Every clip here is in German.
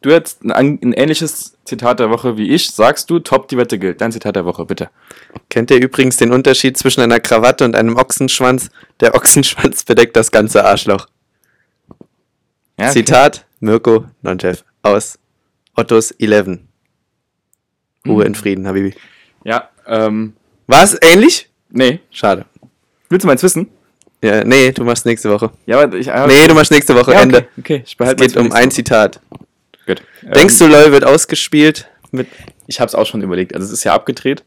Du hast ein, an- ein ähnliches Zitat der Woche wie ich. Sagst du, top, die Wette gilt. Dein Zitat der Woche, bitte. Kennt ihr übrigens den Unterschied zwischen einer Krawatte und einem Ochsenschwanz? Der Ochsenschwanz bedeckt das ganze Arschloch. Ja, okay. Zitat Mirko Nonchef aus Ottos 11. Hm. Ruhe in Frieden, Habibi. Ja, ähm, War es ähnlich? nee. Schade. Willst du meins wissen? Ja, nee, du machst nächste Woche. Ja, aber ich... aber- Nee, du machst nächste Woche ja, okay. Ende. Okay, ich Es behalte geht um ein Zitat. Gut. Ähm, Hm. Denkst du, LOL wird ausgespielt? Mit Ich habe es auch schon überlegt. Also es ist ja abgedreht.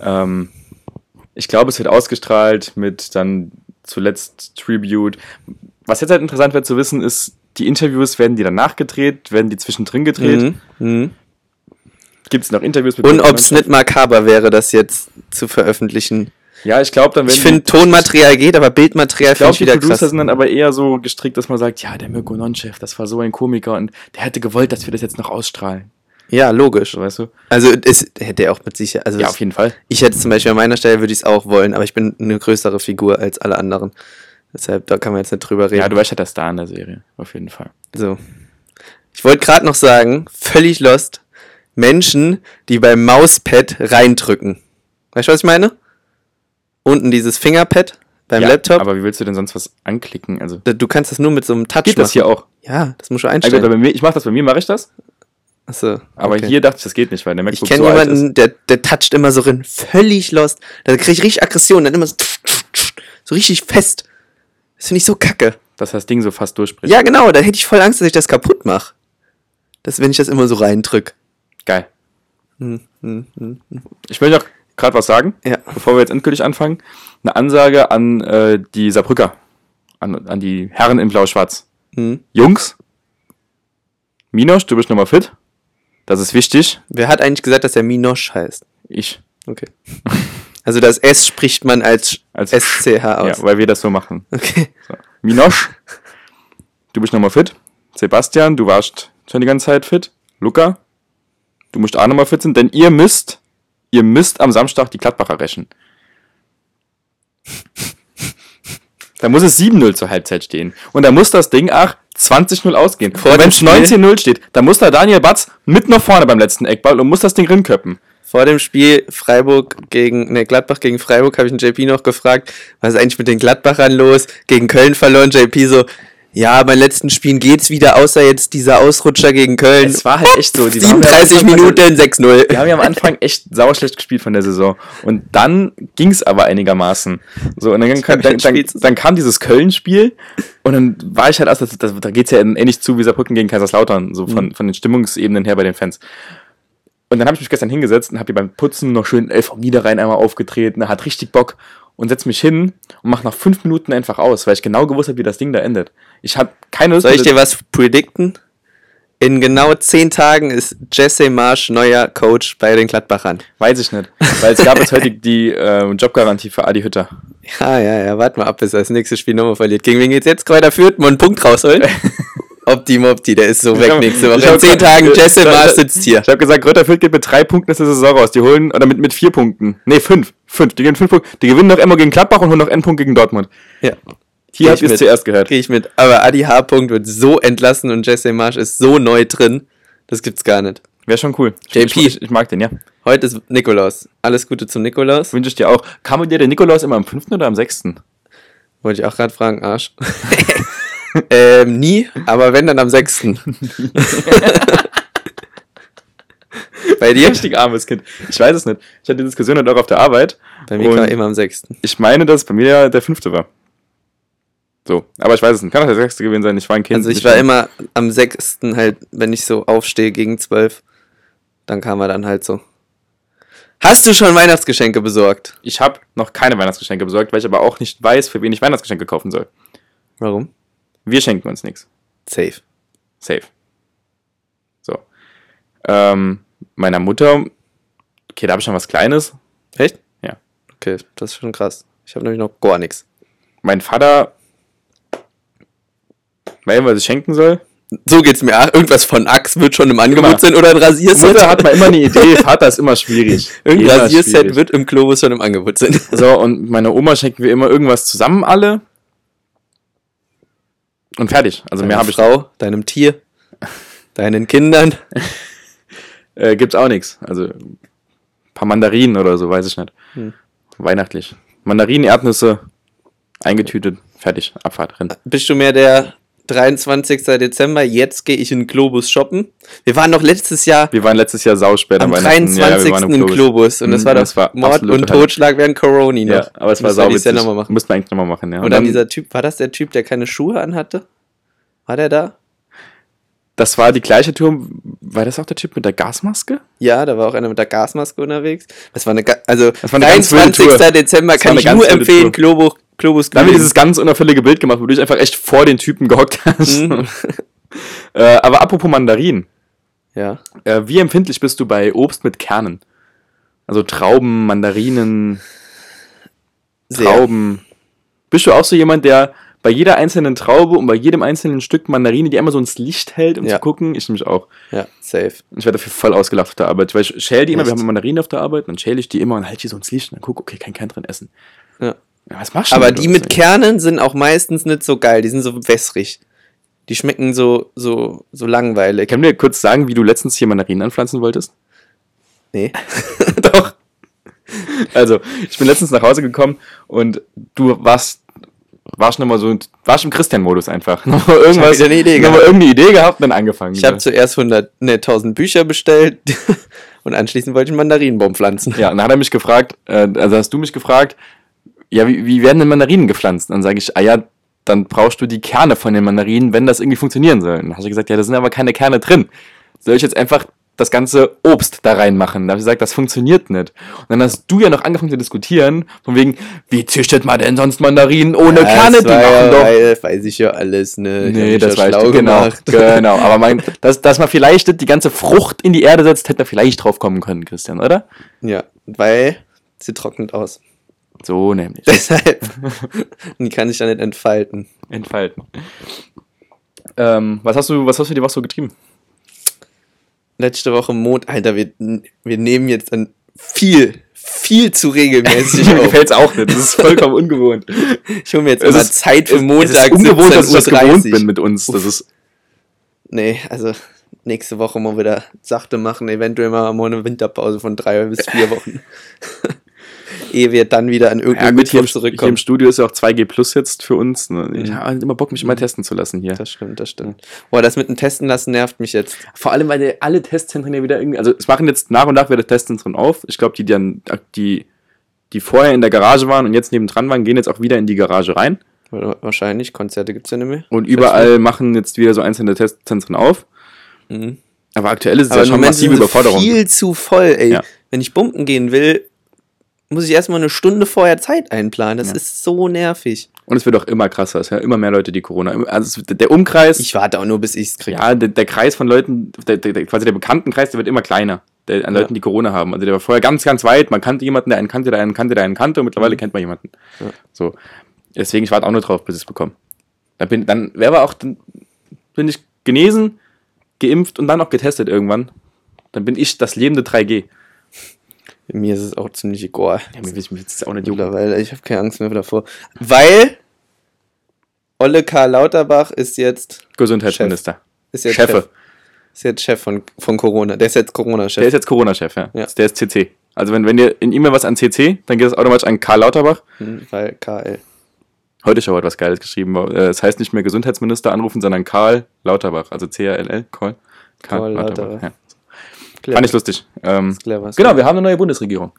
Ähm, ich glaube, es wird ausgestrahlt mit dann zuletzt Tribute. Was jetzt halt interessant wird zu wissen, ist, die Interviews werden die danach gedreht, werden die zwischendrin gedreht. Mhm. Mhm. Hm. Gibt es noch Interviews mit Und Leuten? ob es nicht makaber wäre, das jetzt zu veröffentlichen. Ja, ich glaube, dann werden Ich finde, Tonmaterial geht, aber Bildmaterial ich finde glaube, ich die wieder Producer krass. sind dann aber eher so gestrickt, dass man sagt, ja, der Mirko Nonchef, das war so ein Komiker und der hätte gewollt, dass wir das jetzt noch ausstrahlen. Ja, logisch. So, weißt du? Also es hätte er auch mit Sicherheit. Also Ja, es- auf jeden Fall. ich hätte es zum Beispiel an meiner Stelle würde ich es auch wollen, aber ich bin eine größere Figur als alle anderen. Deshalb, da kann man jetzt nicht drüber reden. Ja, du warst ja der Star in der Serie. Auf jeden Fall. So. Ich wollte gerade noch sagen, völlig lost, Menschen, die beim Mauspad reindrücken. Weißt du, was ich meine? Unten dieses Fingerpad beim ja, Laptop. Aber wie willst du denn sonst was anklicken? Also du kannst das nur mit so einem Touch geht das hier auch? Ja, das musst du Also einstellen. bei mir, ich mache das, bei mir mache ich das. Achso, Aber okay. hier dachte ich, das geht nicht, weil der Ich MacBook kenne so alt ist. jemanden, der, der toucht immer so rein, völlig lost. Da krieg ich richtig Aggression, dann immer so, so richtig fest. Das finde ich so kacke. Dass das Ding so fast durchbricht. Ja, genau, da hätte ich voll Angst, dass ich das kaputt mache. Das, wenn ich das immer so reindrück. Geil. Hm, hm, hm. Ich will noch gerade was sagen, Ja. bevor wir jetzt endgültig anfangen. Eine Ansage an äh, die Saarbrücker, an, an die Herren in Blau-Schwarz. Hm. Jungs, Minos, du bist nochmal fit. Das ist wichtig. Wer hat eigentlich gesagt, dass er Minosch heißt? Ich Okay. Also das S spricht man als, als SCH aus. Ja, weil wir das so machen. Okay. Minosch, du bist nochmal fit. Sebastian, du warst schon die ganze Zeit fit. Luca, du musst auch nochmal fit sein, denn ihr müsst, ihr müsst am Samstag die Gladbacher rächen. Da muss es 7-0 zur Halbzeit stehen. Und da muss das Ding, ach, 20-0 ausgehen. Vor und wenn dem es Spiel- 19-0 steht, dann muss da Daniel Batz mit nach vorne beim letzten Eckball und muss das Ding rinköppen. Vor dem Spiel Freiburg gegen, ne, Gladbach gegen Freiburg habe ich den JP noch gefragt, was ist eigentlich mit den Gladbachern los? Gegen Köln verloren, JP so, ja, bei den letzten Spielen geht's wieder, außer jetzt dieser Ausrutscher gegen Köln. Es war halt echt so, die waren 37 am Anfang- Minuten, 6-0. Wir haben ja am Anfang echt sauschlecht gespielt von der Saison. Und dann ging es aber einigermaßen. So, und dann, kam, dann, dann, dann kam dieses Köln-Spiel und dann war ich halt aus, das, das, da geht's ja ähnlich zu wie Saarbrücken gegen Kaiserslautern, so Mhm. von, von den Stimmungsebenen her bei den Fans. Und dann habe ich mich gestern hingesetzt und habe hier beim Putzen noch schön elf vom Niederrhein einmal aufgetreten, hat richtig Bock und setz mich hin und mach nach fünf Minuten einfach aus, weil ich genau gewusst habe, wie das Ding da endet. Ich habe keine Lust Soll ich mehr- dir was predikten? In genau 10 Tagen ist Jesse Marsch neuer Coach bei den Gladbachern. weiß ich nicht, weil es gab jetzt heute die, die äh, Jobgarantie für Adi Hütter. Ja, ja, ja, warte mal ab, bis er das nächste Spiel nochmal verliert. Gegen wen geht's jetzt? Kräuter führt, mal einen Punkt rausholen. Opti Mopti, der ist so weg hab- nächste Woche. ich hab In 10 grad- Tagen, ich- Jesse ich- Marsch sitzt hier. Ich habe gesagt, Greuther Fürth geht mit drei Punkten aus der Saison raus. Die holen, oder mit, mit vier Punkten. Nee, fünf. Fünf. Die, gehen fünf Punkte. die gewinnen noch immer gegen Gladbach und holen noch einen Punkt gegen Dortmund. Ja, Hier Geh habt ich ihr es mit. zuerst gehört. gehe ich mit. Aber Adi H. Punkt wird so entlassen und Jesse Marsch ist so neu drin. Das gibt's gar nicht. Wäre schon cool. Ich- JP. Ich, ich mag den, ja. Heute ist Nikolaus. Alles Gute zum Nikolaus. Wünsche ich dir auch. Kam dir der Nikolaus immer am fünften oder am sechsten? Wollte ich auch gerade fragen, Arsch. ähm, nie, aber wenn, dann am 6. Bei dir? Richtig armes Kind. Ich weiß es nicht. Ich hatte die Diskussion halt auch auf der Arbeit. Bei mir und war immer am 6. Ich meine, dass bei mir der, der fünfte war. So. Aber ich weiß es nicht. Kann auch der sechste gewesen sein. Ich war ein Kind. Also ich war immer am 6. halt, wenn ich so aufstehe gegen 12, dann kam er dann halt so. Hast du schon Weihnachtsgeschenke besorgt? Ich habe noch keine Weihnachtsgeschenke besorgt, weil ich aber auch nicht weiß, für wen ich Weihnachtsgeschenke kaufen soll. Warum? Wir schenken uns nichts. Safe. Safe. So. Ähm, meiner Mutter, okay, da habe ich schon was Kleines. Echt? Ja. Okay, das ist schon krass. Ich habe nämlich noch gar nichts. Mein Vater, weil er was schenken soll. So geht's mir. auch. Irgendwas von Axe wird schon im Angebot Immer. sein oder ein Rasierset. Mutter hat man immer eine Idee, Vater ist immer schwierig. Irgendein Immer Also Rasierset schwierig. wird im Globus schon im Angebot sein. So, und meiner Oma schenken wir immer irgendwas zusammen alle. Und fertig. Also mehr Deiner habe ich. Frau, deinem Tier, Deinen Kindern? Äh, gibt's auch nichts. Also ein paar Mandarinen oder so, weiß ich nicht. Hm. Weihnachtlich. Mandarinen, Erdnüsse, eingetütet, fertig, Abfahrt, rennen. Bist du mehr der 23. Dezember? Jetzt gehe ich in Globus shoppen. Wir waren doch letztes Jahr Wir waren letztes Jahr sauspät am 23. im Globus und das Mhm, war doch das war Mord absolute und Hölle. Totschlag während Corona noch. Ja, aber es war Müssen wir sauber. dieses Jahr nochmal machen. Müsste man eigentlich nochmal machen, ja. Und dann dieser Typ, war das der Typ, der keine Schuhe anhatte? War der da? das war die gleiche Tour. War das auch der Typ mit der Gasmaske? Ja, da war auch einer mit der Gasmaske unterwegs. Das war eine, ga- also war eine ganz wilde Tour. Dezember war kann eine ich ganz nur wilde empfehlen, Tour. Globus, Globus Da haben wir Grün. dieses ganz unauffällige Bild gemacht, wo du dich einfach echt vor den Typen gehockt hast. Mhm. äh, aber apropos Mandarinen. Ja. Äh, wie empfindlich bist du bei Obst mit Kernen? Also Trauben, Mandarinen, Sehr. Trauben. Bist du auch so jemand, der bei jeder einzelnen Traube und bei jedem einzelnen Stück Mandarine, die einmal so ins Licht hält, um Ja. zu gucken? Ich nämlich auch. Ja, safe. Ich werde dafür voll ausgelacht auf der Arbeit. Weil ich schäle die immer, Echt? wir haben eine Mandarine auf der Arbeit, dann schäle ich die immer und halte die so ins Licht und dann gucke, okay, kein Kern drin essen. Ja. Ja, was machst du Aber denn die sonst mit eigentlich? Kernen sind auch meistens nicht so geil, die sind so wässrig. Die schmecken so, so, so langweilig. Kann mir kurz sagen, wie du letztens hier Mandarinen anpflanzen wolltest? Nee. Doch. Also, ich bin letztens nach Hause gekommen und du warst, warst nochmal so, warst im Christian-Modus einfach. Nochmal irgendwas, wieder eine Idee nochmal gehabt. irgendeine Idee gehabt und dann angefangen. Ich habe zuerst 100, ne, 1000 Bücher bestellt und anschließend wollte ich einen Mandarinenbaum pflanzen. ja, und dann hat er mich gefragt, äh, also hast du mich gefragt, ja, wie, wie werden denn Mandarinen gepflanzt? Dann sage ich, ah ja, dann brauchst du die Kerne von den Mandarinen, wenn das irgendwie funktionieren soll. Und dann hast du gesagt, ja, da sind aber keine Kerne drin. Soll ich jetzt einfach das ganze Obst da reinmachen? Da habe ich gesagt, das funktioniert nicht. Und dann hast du ja noch angefangen zu diskutieren, von wegen, wie züchtet man denn sonst Mandarinen ohne Ja, Kerne? das Die war ja, machen doch Weil, weiß ich ja alles, ne? Ich hab Nee, mich das ja war schlau genau, gemacht. genau. Aber mein, dass, dass man vielleicht nicht die ganze Frucht in die Erde setzt, hätte man vielleicht drauf kommen können, Christian, oder? Ja, weil sie trocknet aus. So nämlich. Deshalb. Und die kann ich dann nicht entfalten. Entfalten. Ähm, was hast du, was hast du dir was so getrieben? Letzte Woche Mond, Alter, wir, wir nehmen jetzt dann viel, viel zu regelmäßig Mir auf. gefällt's auch nicht. Das ist vollkommen ungewohnt. Ich hole mir jetzt Es immer ist- Zeit für es ist Montag. ungewohnt, dass ich das 17.30 gewohnt bin mit uns. Das ist, Nee, also nächste Woche mal wieder sachte machen, eventuell mal mal eine Winterpause von drei bis vier Wochen. Ehe wir dann wieder an irgendeinem ja, gut, hier, im, hier Mittwoch im zurückkommen. Studio ist ja auch 2G Plus jetzt für uns. Ne? Ich habe halt immer Bock, mich immer testen zu lassen hier. Das stimmt, das stimmt. Boah, das mit dem Testen lassen nervt mich jetzt. Vor allem, weil die- alle Testzentren ja wieder irgendwie. Also, es machen jetzt nach und nach wieder Testzentren auf. Ich glaube, die, die, dann- die, die vorher in der Garage waren und jetzt nebendran waren, gehen jetzt auch wieder in die Garage rein. Weil Wahrscheinlich, Konzerte gibt's ja nicht mehr. Und überall machen jetzt wieder so einzelne Testzentren auf. Mhm. Aber aktuell ist es Aber ja im schon Moment massive sind sie Überforderung. viel zu voll, ey. Ja. Wenn ich pumpen gehen will, muss ich erstmal eine Stunde vorher Zeit einplanen. Das Ja. ist so nervig. Und es wird auch immer krasser. Es sind ja immer mehr Leute, die Corona. Also es- der Umkreis, Ich warte auch nur, bis ich's kriege. ja, der, der Kreis von Leuten, der, der, der, quasi der Bekanntenkreis, der wird immer kleiner. Der, an Ja. Leuten, die Corona haben. Also der war vorher ganz, ganz weit. Man kannte jemanden, der einen kannte, der einen kannte, der einen kannte. Und mittlerweile kennt man jemanden. Mhm. Ja. So. Deswegen, ich warte auch nur drauf, bis ich es bekomme. Dann bin, dann wäre aber auch, dann bin ich genesen, geimpft und dann auch getestet irgendwann. Dann bin ich das lebende 3G. Mir ist es auch ziemlich egal. Ja, mir will jetzt auch nicht jucken. Mittlerweile, ich habe keine Angst mehr davor. Weil Olle Karl Lauterbach ist jetzt, Gesundheitsminister. ist jetzt Chefe. Chef. Ist jetzt Chef von, von Corona. Der ist jetzt Der ist Corona-Chef. jetzt Corona-Chef, ja. Ja. Der ist CC. Also wenn, wenn ihr in E-Mail was an CC, dann geht es automatisch an Karl Lauterbach. Hm, Weil KL. Heute schon hat was Geiles geschrieben. äh, Es heißt nicht mehr Gesundheitsminister anrufen, sondern Karl Lauterbach. Also C-A-L-L, Karl. Karl Lauterbach. Ja. Clever. Fand ich lustig. Ähm, Clever. genau, wir haben eine neue Bundesregierung.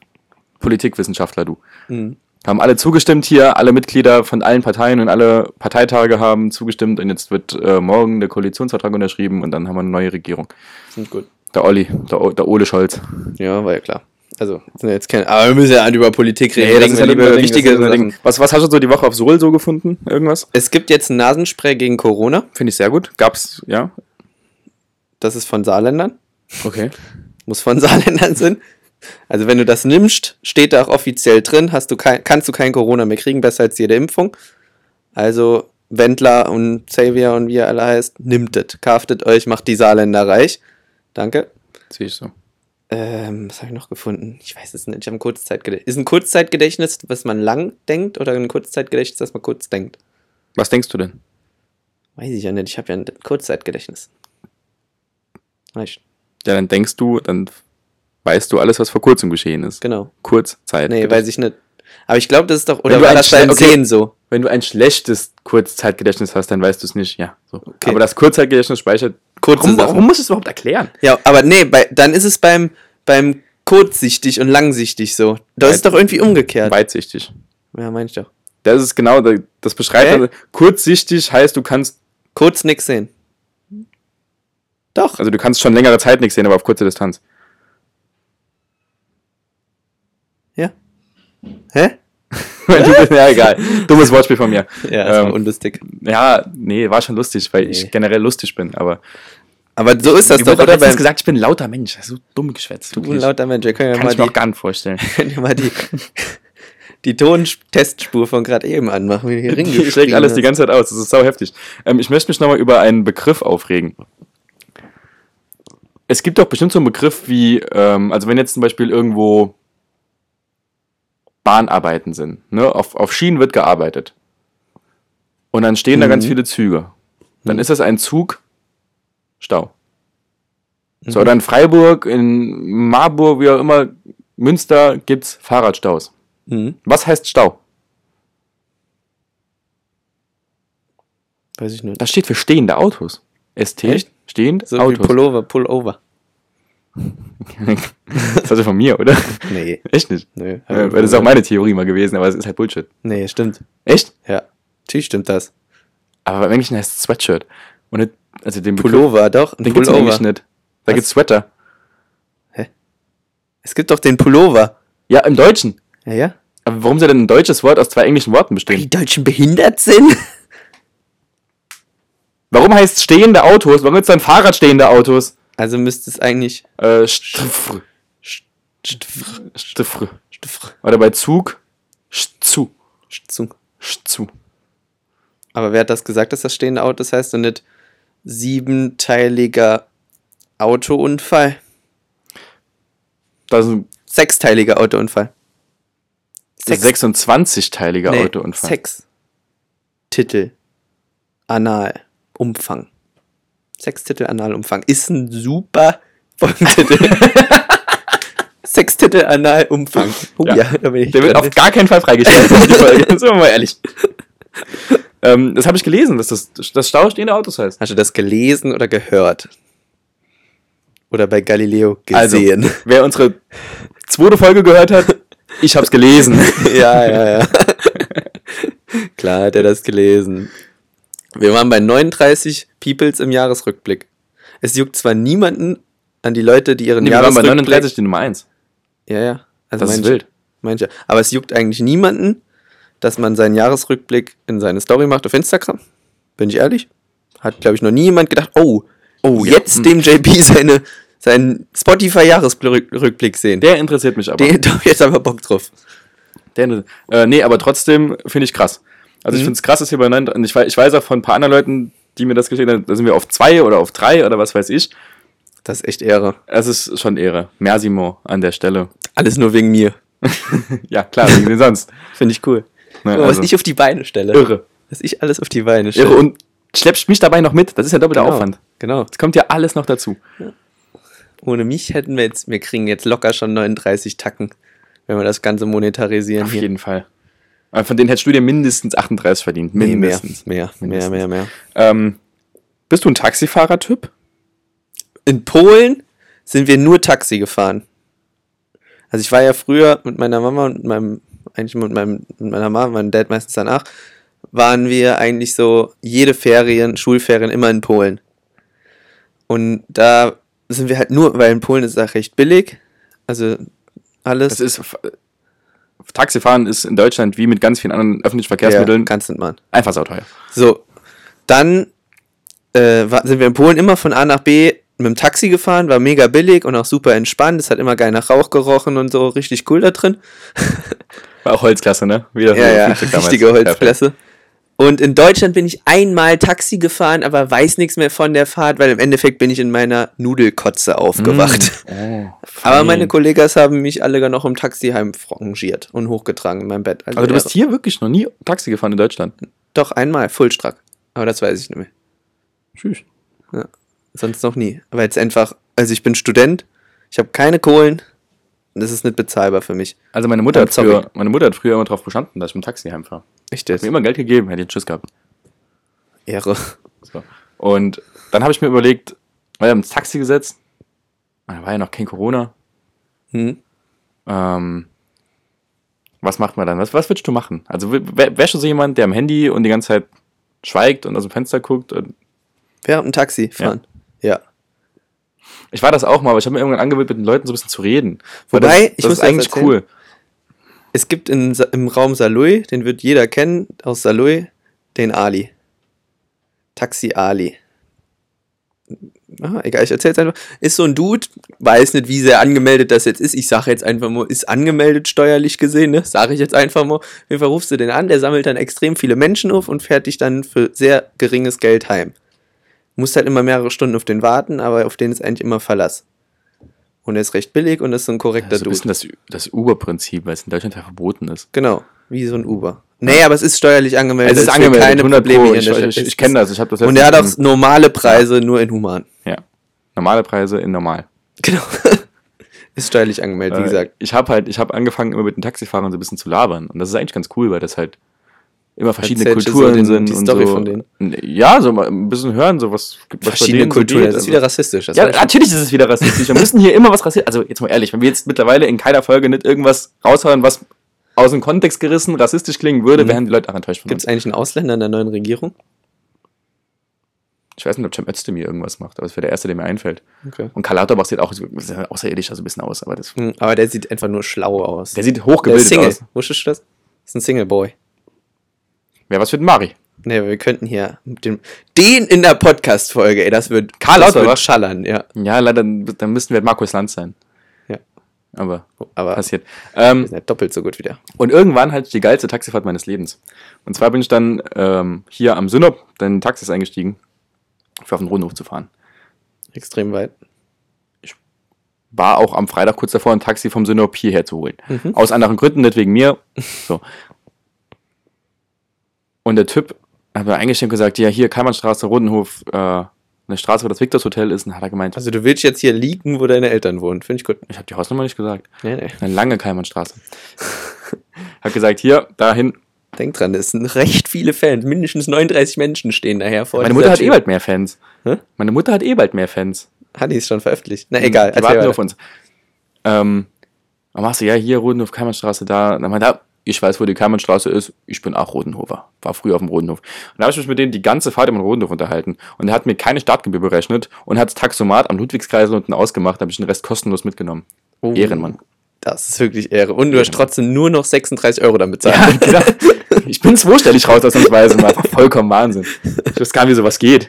Politikwissenschaftler, du. Mhm. Haben alle zugestimmt hier, alle Mitglieder von allen Parteien und alle Parteitage haben zugestimmt und jetzt wird äh, morgen der Koalitionsvertrag unterschrieben und dann haben wir eine neue Regierung. Sind gut. Der Olli, der, O- der Ole Scholz. Ja, war ja klar. Also, sind ja jetzt keine, aber wir müssen ja nicht über Politik reden. Nee, das ist ja wir lieber lieber über wichtige Sachen. Ding. also Was, was hast du so die Woche auf Sol so gefunden? Irgendwas? Es gibt jetzt ein Nasenspray gegen Corona. Finde ich sehr gut. Gab's, ja. Das ist von Saarländern. Okay. Muss von Saarländern sein. Also, wenn du das nimmst, steht da auch offiziell drin, hast du kein, kannst du kein Corona mehr kriegen, besser als jede Impfung. Also, Wendler und Xavier und wie er alle heißt, nimmt das. Kaftet euch, macht die Saarländer reich. Danke. Sehe ich so. Ähm, was habe ich noch gefunden? Ich weiß es nicht. Ich habe ein Kurzzeitgedächtnis. Ist ein Kurzzeitgedächtnis, was man lang denkt, oder ein Kurzzeitgedächtnis, das man kurz denkt? Was denkst du denn? Weiß ich ja nicht. Ich habe ja ein Kurzzeitgedächtnis. Reicht. Ja, dann denkst du, dann weißt du alles, was vor kurzem geschehen ist. Genau. Kurzzeit. Nee, weiß ich nicht. Aber ich glaube, das ist doch. Wenn Oder du war ein das beim Schle- okay. Sehen so? Wenn du ein schlechtes Kurzzeitgedächtnis hast, dann weißt du es nicht. Ja. So. Okay. Aber das Kurzzeitgedächtnis speichert. Kurze warum, Sachen. warum musst du es überhaupt erklären? Ja, aber nee, bei, dann ist es beim, beim kurzsichtig und langsichtig so. Da ist Weit- doch irgendwie umgekehrt. Weitsichtig. Ja, meine ich doch. Das ist genau, das beschreibt. also, Hä? Kurzsichtig heißt, du kannst, Kurz nix sehen. Doch. also du kannst schon längere Zeit nichts sehen, aber auf kurze Distanz. Ja. Hä? ja, egal. Dummes Wortspiel von mir. Ja, das war Ähm, unlustig. Ja, nee, war schon lustig, weil Nee. ich generell lustig bin, aber. Aber so ist das Mir doch, wurde oder? letztens Beim, gesagt, ich bin ein lauter Mensch. So dumm geschwätzt. du wirklich. lauter Mensch, wir können ja Kann mal ich mir auch die, gar nicht vorstellen. können ja mal die, die Tontestspur von gerade eben anmachen, wie du hier Ich schlägt ringeschrieben alles die hast. ganze Zeit aus. Das ist sau heftig. Ähm, ich möchte mich nochmal über einen Begriff aufregen. Es gibt doch bestimmt so einen Begriff wie, ähm, also wenn jetzt zum Beispiel irgendwo Bahnarbeiten sind, ne? auf, auf Schienen wird gearbeitet. Und dann stehen da ganz viele Züge. Dann ist das ein Zug Stau. So, oder in Freiburg, in Marburg, wie auch immer, Münster gibt's Fahrradstaus. Mhm. Was heißt Stau? Weiß ich nicht. Das steht für stehende Autos. ST, Echt? stehend So wie Autos. Pullover, Pullover. Das hatte von mir, oder? Nee. Echt nicht. Nö. Äh, weil das ist auch meine Theorie mal gewesen, aber es ist halt Bullshit. nee, stimmt. Echt? Ja. Natürlich stimmt das. Aber im Englischen heißt es Sweatshirt. Und nicht, also den Begriff, Pullover, doch. Ein den gibt's im Pullover. Englischen nicht. Da Was? gibt's Sweater. Es gibt doch den Pullover. Ja, im Deutschen. Ja, ja. Aber warum soll denn ein deutsches Wort aus zwei englischen Worten Die bestehen? Deutschen behindert sind? Warum heißt stehende Autos? Warum gibt's dann Fahrrad stehende Autos? Also müsste es eigentlich. Äh, Stfr. Stfr- Stfr. Stfr- Oder bei Zug Stzu. Stzung. Stzu. Aber wer hat das gesagt, dass das stehende Auto das heißt und nicht siebenteiliger Autounfall? Das ist ein Sechsteiliger Autounfall. 26-teiliger nee, Autounfall. Sex. Titel. Anal. Umfang. Sextitel, Analumfang. Ist ein super Folgentitel. Sextitel, Analumfang. Oh ja, Ja. da bin ich. Der wird dran. auf gar keinen Fall freigestellt. die Folge. Sind wir mal ehrlich. ähm, das habe ich gelesen, dass das, das Stau stehende Autos heißt. Hast du das gelesen oder gehört? Oder bei Galileo gesehen? Also, wer unsere zweite Folge gehört hat, ich habe es gelesen. ja, ja, ja. Klar hat er das gelesen. Wir waren bei 39 Peoples im Jahresrückblick. Es juckt zwar niemanden an die Leute, die ihren Nee, wir waren bei Jahresrückblick... 39 die Nummer 1. Ja, ja. Also Das ist manche- wild. Manche. Aber es juckt eigentlich niemanden, dass man seinen Jahresrückblick in seine Story macht auf Instagram. Bin ich ehrlich? Hat, glaube ich, noch nie jemand gedacht, oh, oh ja. jetzt Hm. dem JP seine, seinen Spotify-Jahresrückblick sehen. Der interessiert mich aber. Den, da hab ich jetzt aber Bock drauf. Der, Inter- äh, nee, aber trotzdem finde ich krass. Also ich Mhm. finde es krass, dass hier bei 9, und ich, wei- ich weiß auch von ein paar anderen Leuten, die mir das geschickt haben, da sind wir auf 2 oder auf 3 oder was weiß ich. Das ist echt Ehre. Es ist schon Ehre. Mersimo an der Stelle. Alles nur wegen mir. Ja, klar, wegen wen sonst. Finde ich cool. Ne, Guck mal, also. Was ich auf die Beine stelle. Irre. Was ich alles auf die Beine stelle. Irre. Und schleppst mich dabei noch mit. Das ist ja doppelter genau. Aufwand. Genau. Es kommt ja alles noch dazu. Ohne mich hätten wir jetzt, wir kriegen jetzt locker schon 39 Tacken, wenn wir das Ganze monetarisieren Auf hier. jeden Fall. Aber von denen hättest du dir mindestens 38 verdient. Nee, mehr, Mindestens. mehr, mehr, Mindestens. mehr, mehr. Ähm, bist du ein Taxifahrer-Typ? In Polen sind wir nur Taxi gefahren. Also ich war ja früher mit meiner Mama und meinem, eigentlich mit, meinem, mit meiner Mama, meinem Dad meistens danach, waren wir eigentlich so jede Ferien, Schulferien immer in Polen. Und da sind wir halt nur, weil in Polen ist es auch recht billig. Also alles. Das ist. äh, Taxifahren ist in Deutschland wie mit ganz vielen anderen öffentlichen ja, Verkehrsmitteln kannst nicht machen. einfach sauteuer. So, dann äh, war- sind wir in Polen immer von A nach B mit dem Taxi gefahren, war mega billig und auch super entspannt. Es hat immer geil nach Rauch gerochen und so, richtig cool da drin. War auch Holzklasse, ne? Wieder Ja, ja, Flugzeug damals. richtige Perfekt. Holzklasse. Und in Deutschland bin ich einmal Taxi gefahren, aber weiß nichts mehr von der Fahrt, weil im Endeffekt bin ich in meiner Nudelkotze aufgewacht. Oh, fein. aber meine Kollegas haben mich alle gar noch im Taxi heimfrangiert und hochgetragen in meinem Bett. Also, du ja, bist hier wirklich noch nie Taxi gefahren in Deutschland. doch einmal Fullstrack, aber das weiß ich nicht mehr. Tschüss. Sonst noch nie. Aber jetzt einfach also ich bin Student, ich habe keine Kohlen und das ist nicht bezahlbar für mich. Also meine Mutter, Dann hat Oh, sorry. früher, meine Mutter hat früher immer drauf bestanden, dass ich mit dem Taxi heimfahre. Echt Hat mir jetzt? immer Geld gegeben, hätte ich einen Schiss gehabt. Ehre. So. Und dann habe ich mir überlegt, weil wir haben ins Taxi gesetzt, da war ja noch kein Corona, Hm? ähm, was macht man dann? Was, was würdest du machen? Also w- w- wärst du so jemand, der am Handy und die ganze Zeit schweigt und aus dem Fenster guckt? Und Während dem Taxi fahren. Ja. ich war das auch mal, aber ich habe mir irgendwann angewöhnt, mit den Leuten so ein bisschen zu reden. Weil Wobei, das, ich das muss ist dir eigentlich was erzählen. cool. Es gibt in, Sa- im Raum Saloy, den wird jeder kennen, aus Saloy, den Ali. Taxi Ali. Ah, egal, ich erzähl's einfach. Ist so ein Dude, weiß nicht, wie sehr angemeldet das jetzt ist. Ich sage jetzt einfach mal, ist angemeldet steuerlich gesehen, ne? Sage ich jetzt einfach mal. Auf jeden Fall rufst du den an, der sammelt dann extrem viele Menschen auf und fährt dich dann für sehr geringes Geld heim. Musst halt immer mehrere Stunden auf den warten, aber auf den ist eigentlich immer Verlass. Und er ist recht billig und ist so ein korrekter Das ist so ein Dude. bisschen das, das Uber-Prinzip, weil es in Deutschland ja verboten ist. Also Genau, wie so ein Uber. Nee, aber es ist steuerlich angemeldet. Es ist für angemeldet, Keine 100 Probleme Pro. hier in Ich, der ich, Stadt. ich, Es ich kenne das. Ich habe das ist- Und er hat letztens auch normale Preise, nur in human. Ja. Normale Preise in normal. Genau. ist steuerlich angemeldet, wie Äh, gesagt. Ich habe halt, ich habe angefangen, immer mit den Taxifahrern so ein bisschen zu labern. Und das ist eigentlich ganz cool, weil das halt immer verschiedene Erzählst du so Kulturen den- sind. die und Story so. von denen? Ja, so mal ein bisschen hören, so was, was Verschiedene Kulturen. So Das geht. Also, ist wieder rassistisch. Das ja, war schon- natürlich ist es wieder rassistisch. Wir müssen hier immer was rassistisch. Also jetzt mal ehrlich, wenn wir jetzt mittlerweile in keiner Folge nicht irgendwas raushauen, was aus dem Kontext gerissen rassistisch klingen würde, wären die Leute auch enttäuscht von Mhm. Gibt's uns. eigentlich einen Ausländer in der neuen Regierung? Ich weiß nicht, ob Cem Özdemir irgendwas macht, aber das wäre der Erste, der mir einfällt. Okay. Und Karl Lauterbach sieht auch sehr außerirdisch also ein bisschen aus, aber das, Hm, Aber der sieht einfach nur schlau aus. der sieht Der ist hochgebildet Single. aus. Wusstest du das? Ist ein Single-Boy. Wäre was für den Mari. Nee, wir könnten hier mit dem, den in der Podcast-Folge, ey, das wird, Karl das Lauterbach? wird schallern, ja. Ja, leider, dann müssten wir Markus Land sein. Ja. Oh, Aber Aber wir passiert. Ähm, sind ja doppelt so gut wie der. und irgendwann hatte ich die geilste Taxifahrt meines Lebens. Und zwar bin ich dann ähm, hier am Synop, dann in Taxis eingestiegen, für auf den Rundhof zu fahren. Extrem weit. War auch am Freitag kurz davor, ein Taxi vom Synop hierher zu holen. Mhm. Aus anderen Gründen, nicht wegen mir. So. Und der Typ hat mir eingeschenkt und gesagt, ja, hier Kalmannstraße, Rundenhof, äh, eine Straße, wo das Victors Hotel ist. Und dann hat er gemeint, Also du willst jetzt hier liegen, wo deine Eltern wohnen. Finde ich gut. ich habe die Hausnummer nicht gesagt. Nee, nee. Eine lange Kalmannstraße. Hat gesagt, hier, dahin. Denk dran, es sind recht viele Fans. Mindestens 39 Menschen stehen daher vor. Meine dieser Mutter hat eh Tür. bald mehr Fans. Hä? Meine Mutter hat eh bald mehr Fans. Hat die es schon veröffentlicht? Na egal. Die erzähl warten nur weiter. auf uns. Ähm, dann machst du, ja, hier, Rodenhof, Kalmannstraße, da. Dann meinte er, ich weiß, wo die Kalmannstraße ist. Ich bin auch Rodenhofer. War früher auf dem Rodenhof. Und da habe ich mich mit denen die ganze Fahrt über den Rodenhof unterhalten. Und er hat mir keine Startgebühr berechnet und hat das Taxomat am Ludwigskreisel unten ausgemacht. Da habe ich den Rest kostenlos mitgenommen. Oh. Ehrenmann. Das ist wirklich Ehre. Und du hast trotzdem nur noch 36 Euro damit Ja, bezahlt. genau. Ich bin zweistellig raus ausnahmsweise mal. Vollkommen Wahnsinn. Ich weiß gar nicht, wie sowas geht.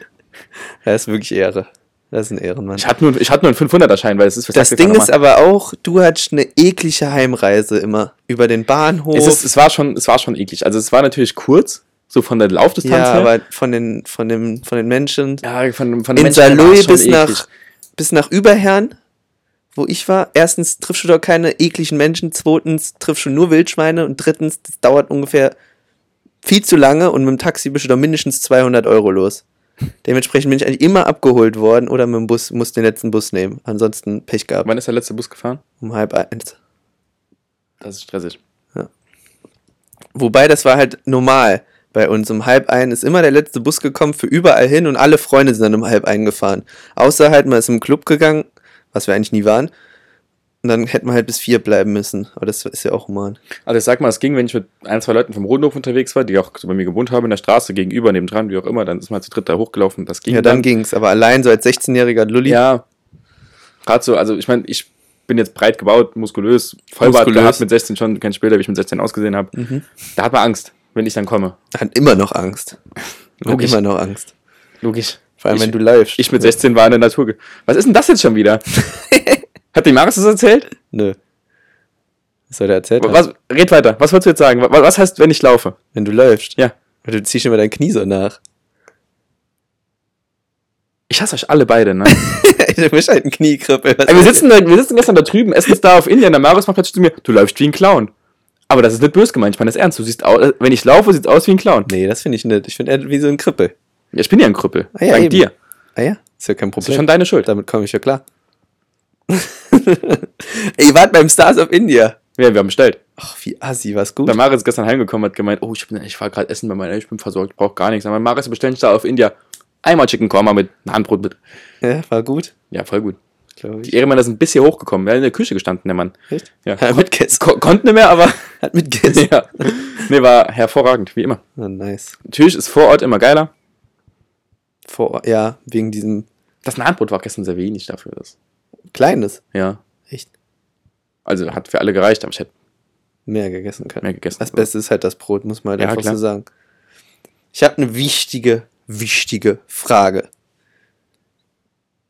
Das ist wirklich Ehre. Das ist ein Ehrenmann. Ich hatte nur, ich hatte nur einen 500er-Schein, weil es ist für Das Taxifahrer Ding ist normal. aber auch, du hattest eine eklige Heimreise immer. Über den Bahnhof. es, ist, es war schon, es war schon eklig. Also es war natürlich kurz, so von der Laufdistanz ja, her. aber von den, von, dem, von den Menschen. ja, von, von in Menschen her war es Saarlouis schon bis eklig. nach, bis nach Überherrn, wo ich war. Erstens triffst du dort keine ekligen Menschen, zweitens triffst du nur Wildschweine und drittens, das dauert ungefähr viel zu lange und mit dem Taxi bist du da mindestens 200 Euro los. Dementsprechend bin ich eigentlich immer abgeholt worden oder mit dem Bus, muss den letzten Bus nehmen. Ansonsten Pech gehabt. Wann ist der letzte Bus gefahren? Um halb eins. Das ist stressig. Wobei, das war halt normal bei uns. Um halb ein ist immer der letzte Bus gekommen für überall hin und alle Freunde sind dann um halb ein gefahren. Außer halt, man ist im Club gegangen, was wir eigentlich nie waren. Und dann hätten wir halt bis vier bleiben müssen. Aber das ist ja auch human. Also ich sag mal, es ging, wenn ich mit ein, zwei Leuten vom Rodenhof unterwegs war, die auch bei mir gewohnt haben, in der Straße gegenüber, nebendran, wie auch immer, dann ist man halt zu dritt da hochgelaufen. Das ging Ja, dann ging's. Aber allein so als 16-jähriger Lulli. Ja, gerade so, also ich meine, ich bin jetzt breit gebaut, muskulös, Vollbart Muskulös. Mhm. gehabt mit 16 schon, kein später, wie ich mit 16 ausgesehen habe. Da hat man Angst, wenn ich dann komme. Hat immer noch Angst. Hat Logisch. immer noch Angst. Logisch. Vor allem, ich, wenn du läufst. ich mit 16 war in der Natur. ge- Was ist denn das jetzt schon wieder? Hat die Maris das erzählt? Nö. Was soll der erzählt haben? Was, red weiter. Was wolltest du jetzt sagen? Was, was heißt, wenn ich laufe? Wenn du läufst. Ja. Weil Du ziehst immer dein Knie so nach. Ich hasse euch alle beide, ne? du bist halt ein Kniekrippel. Was Ey, wir, soll- sitzen da, wir sitzen gestern da drüben, essen es da auf Indien. Der Marius macht plötzlich zu mir, du läufst wie ein Clown. Aber das ist nicht böse gemeint, ich meine das ernst. Du siehst aus, wenn ich laufe, sieht aus wie ein Clown. Nee, das finde ich nicht. Ich finde eher wie so ein Krippel. Ich bin ja ein Krüppel. Ah ja, Dank eben. dir. Ah ja, ist ja kein Das ist Problem. schon deine Schuld. Damit komme ich ja klar. Ey, wart beim Stars of India. Ja, wir haben bestellt. Ach, wie assi, was gut. Bei Maris ist gestern heimgekommen hat gemeint, oh, ich, bin, ich war gerade essen bei meinen Eltern, ich bin versorgt, ich brauche gar nichts. Aber Maris, wir bestellen Star auf India. Einmal Chicken Korma mit einem Handbrot mit. Ja, war gut, Ja, voll gut. glaube ich. Die Ehrenmänner sind ein bisschen hochgekommen. Wir haben in der Küche gestanden, der Mann. Echt? Ja. Hat mitgegessen. Ko konnten nicht mehr, aber Hat mitgegessen. ja. Nee, war hervorragend, wie immer. Oh, nice. Natürlich ist vor Ort immer geiler. Vor, ja, wegen diesem Das Nahenbrot war gestern sehr wenig dafür. Das. Kleines. Ja. Echt? Also hat für alle gereicht, aber ich hätte Mehr gegessen können. mehr gegessen. Das Beste ist halt das Brot, muss man halt Ja, einfach klar. so sagen. Ich habe eine wichtige, wichtige Frage.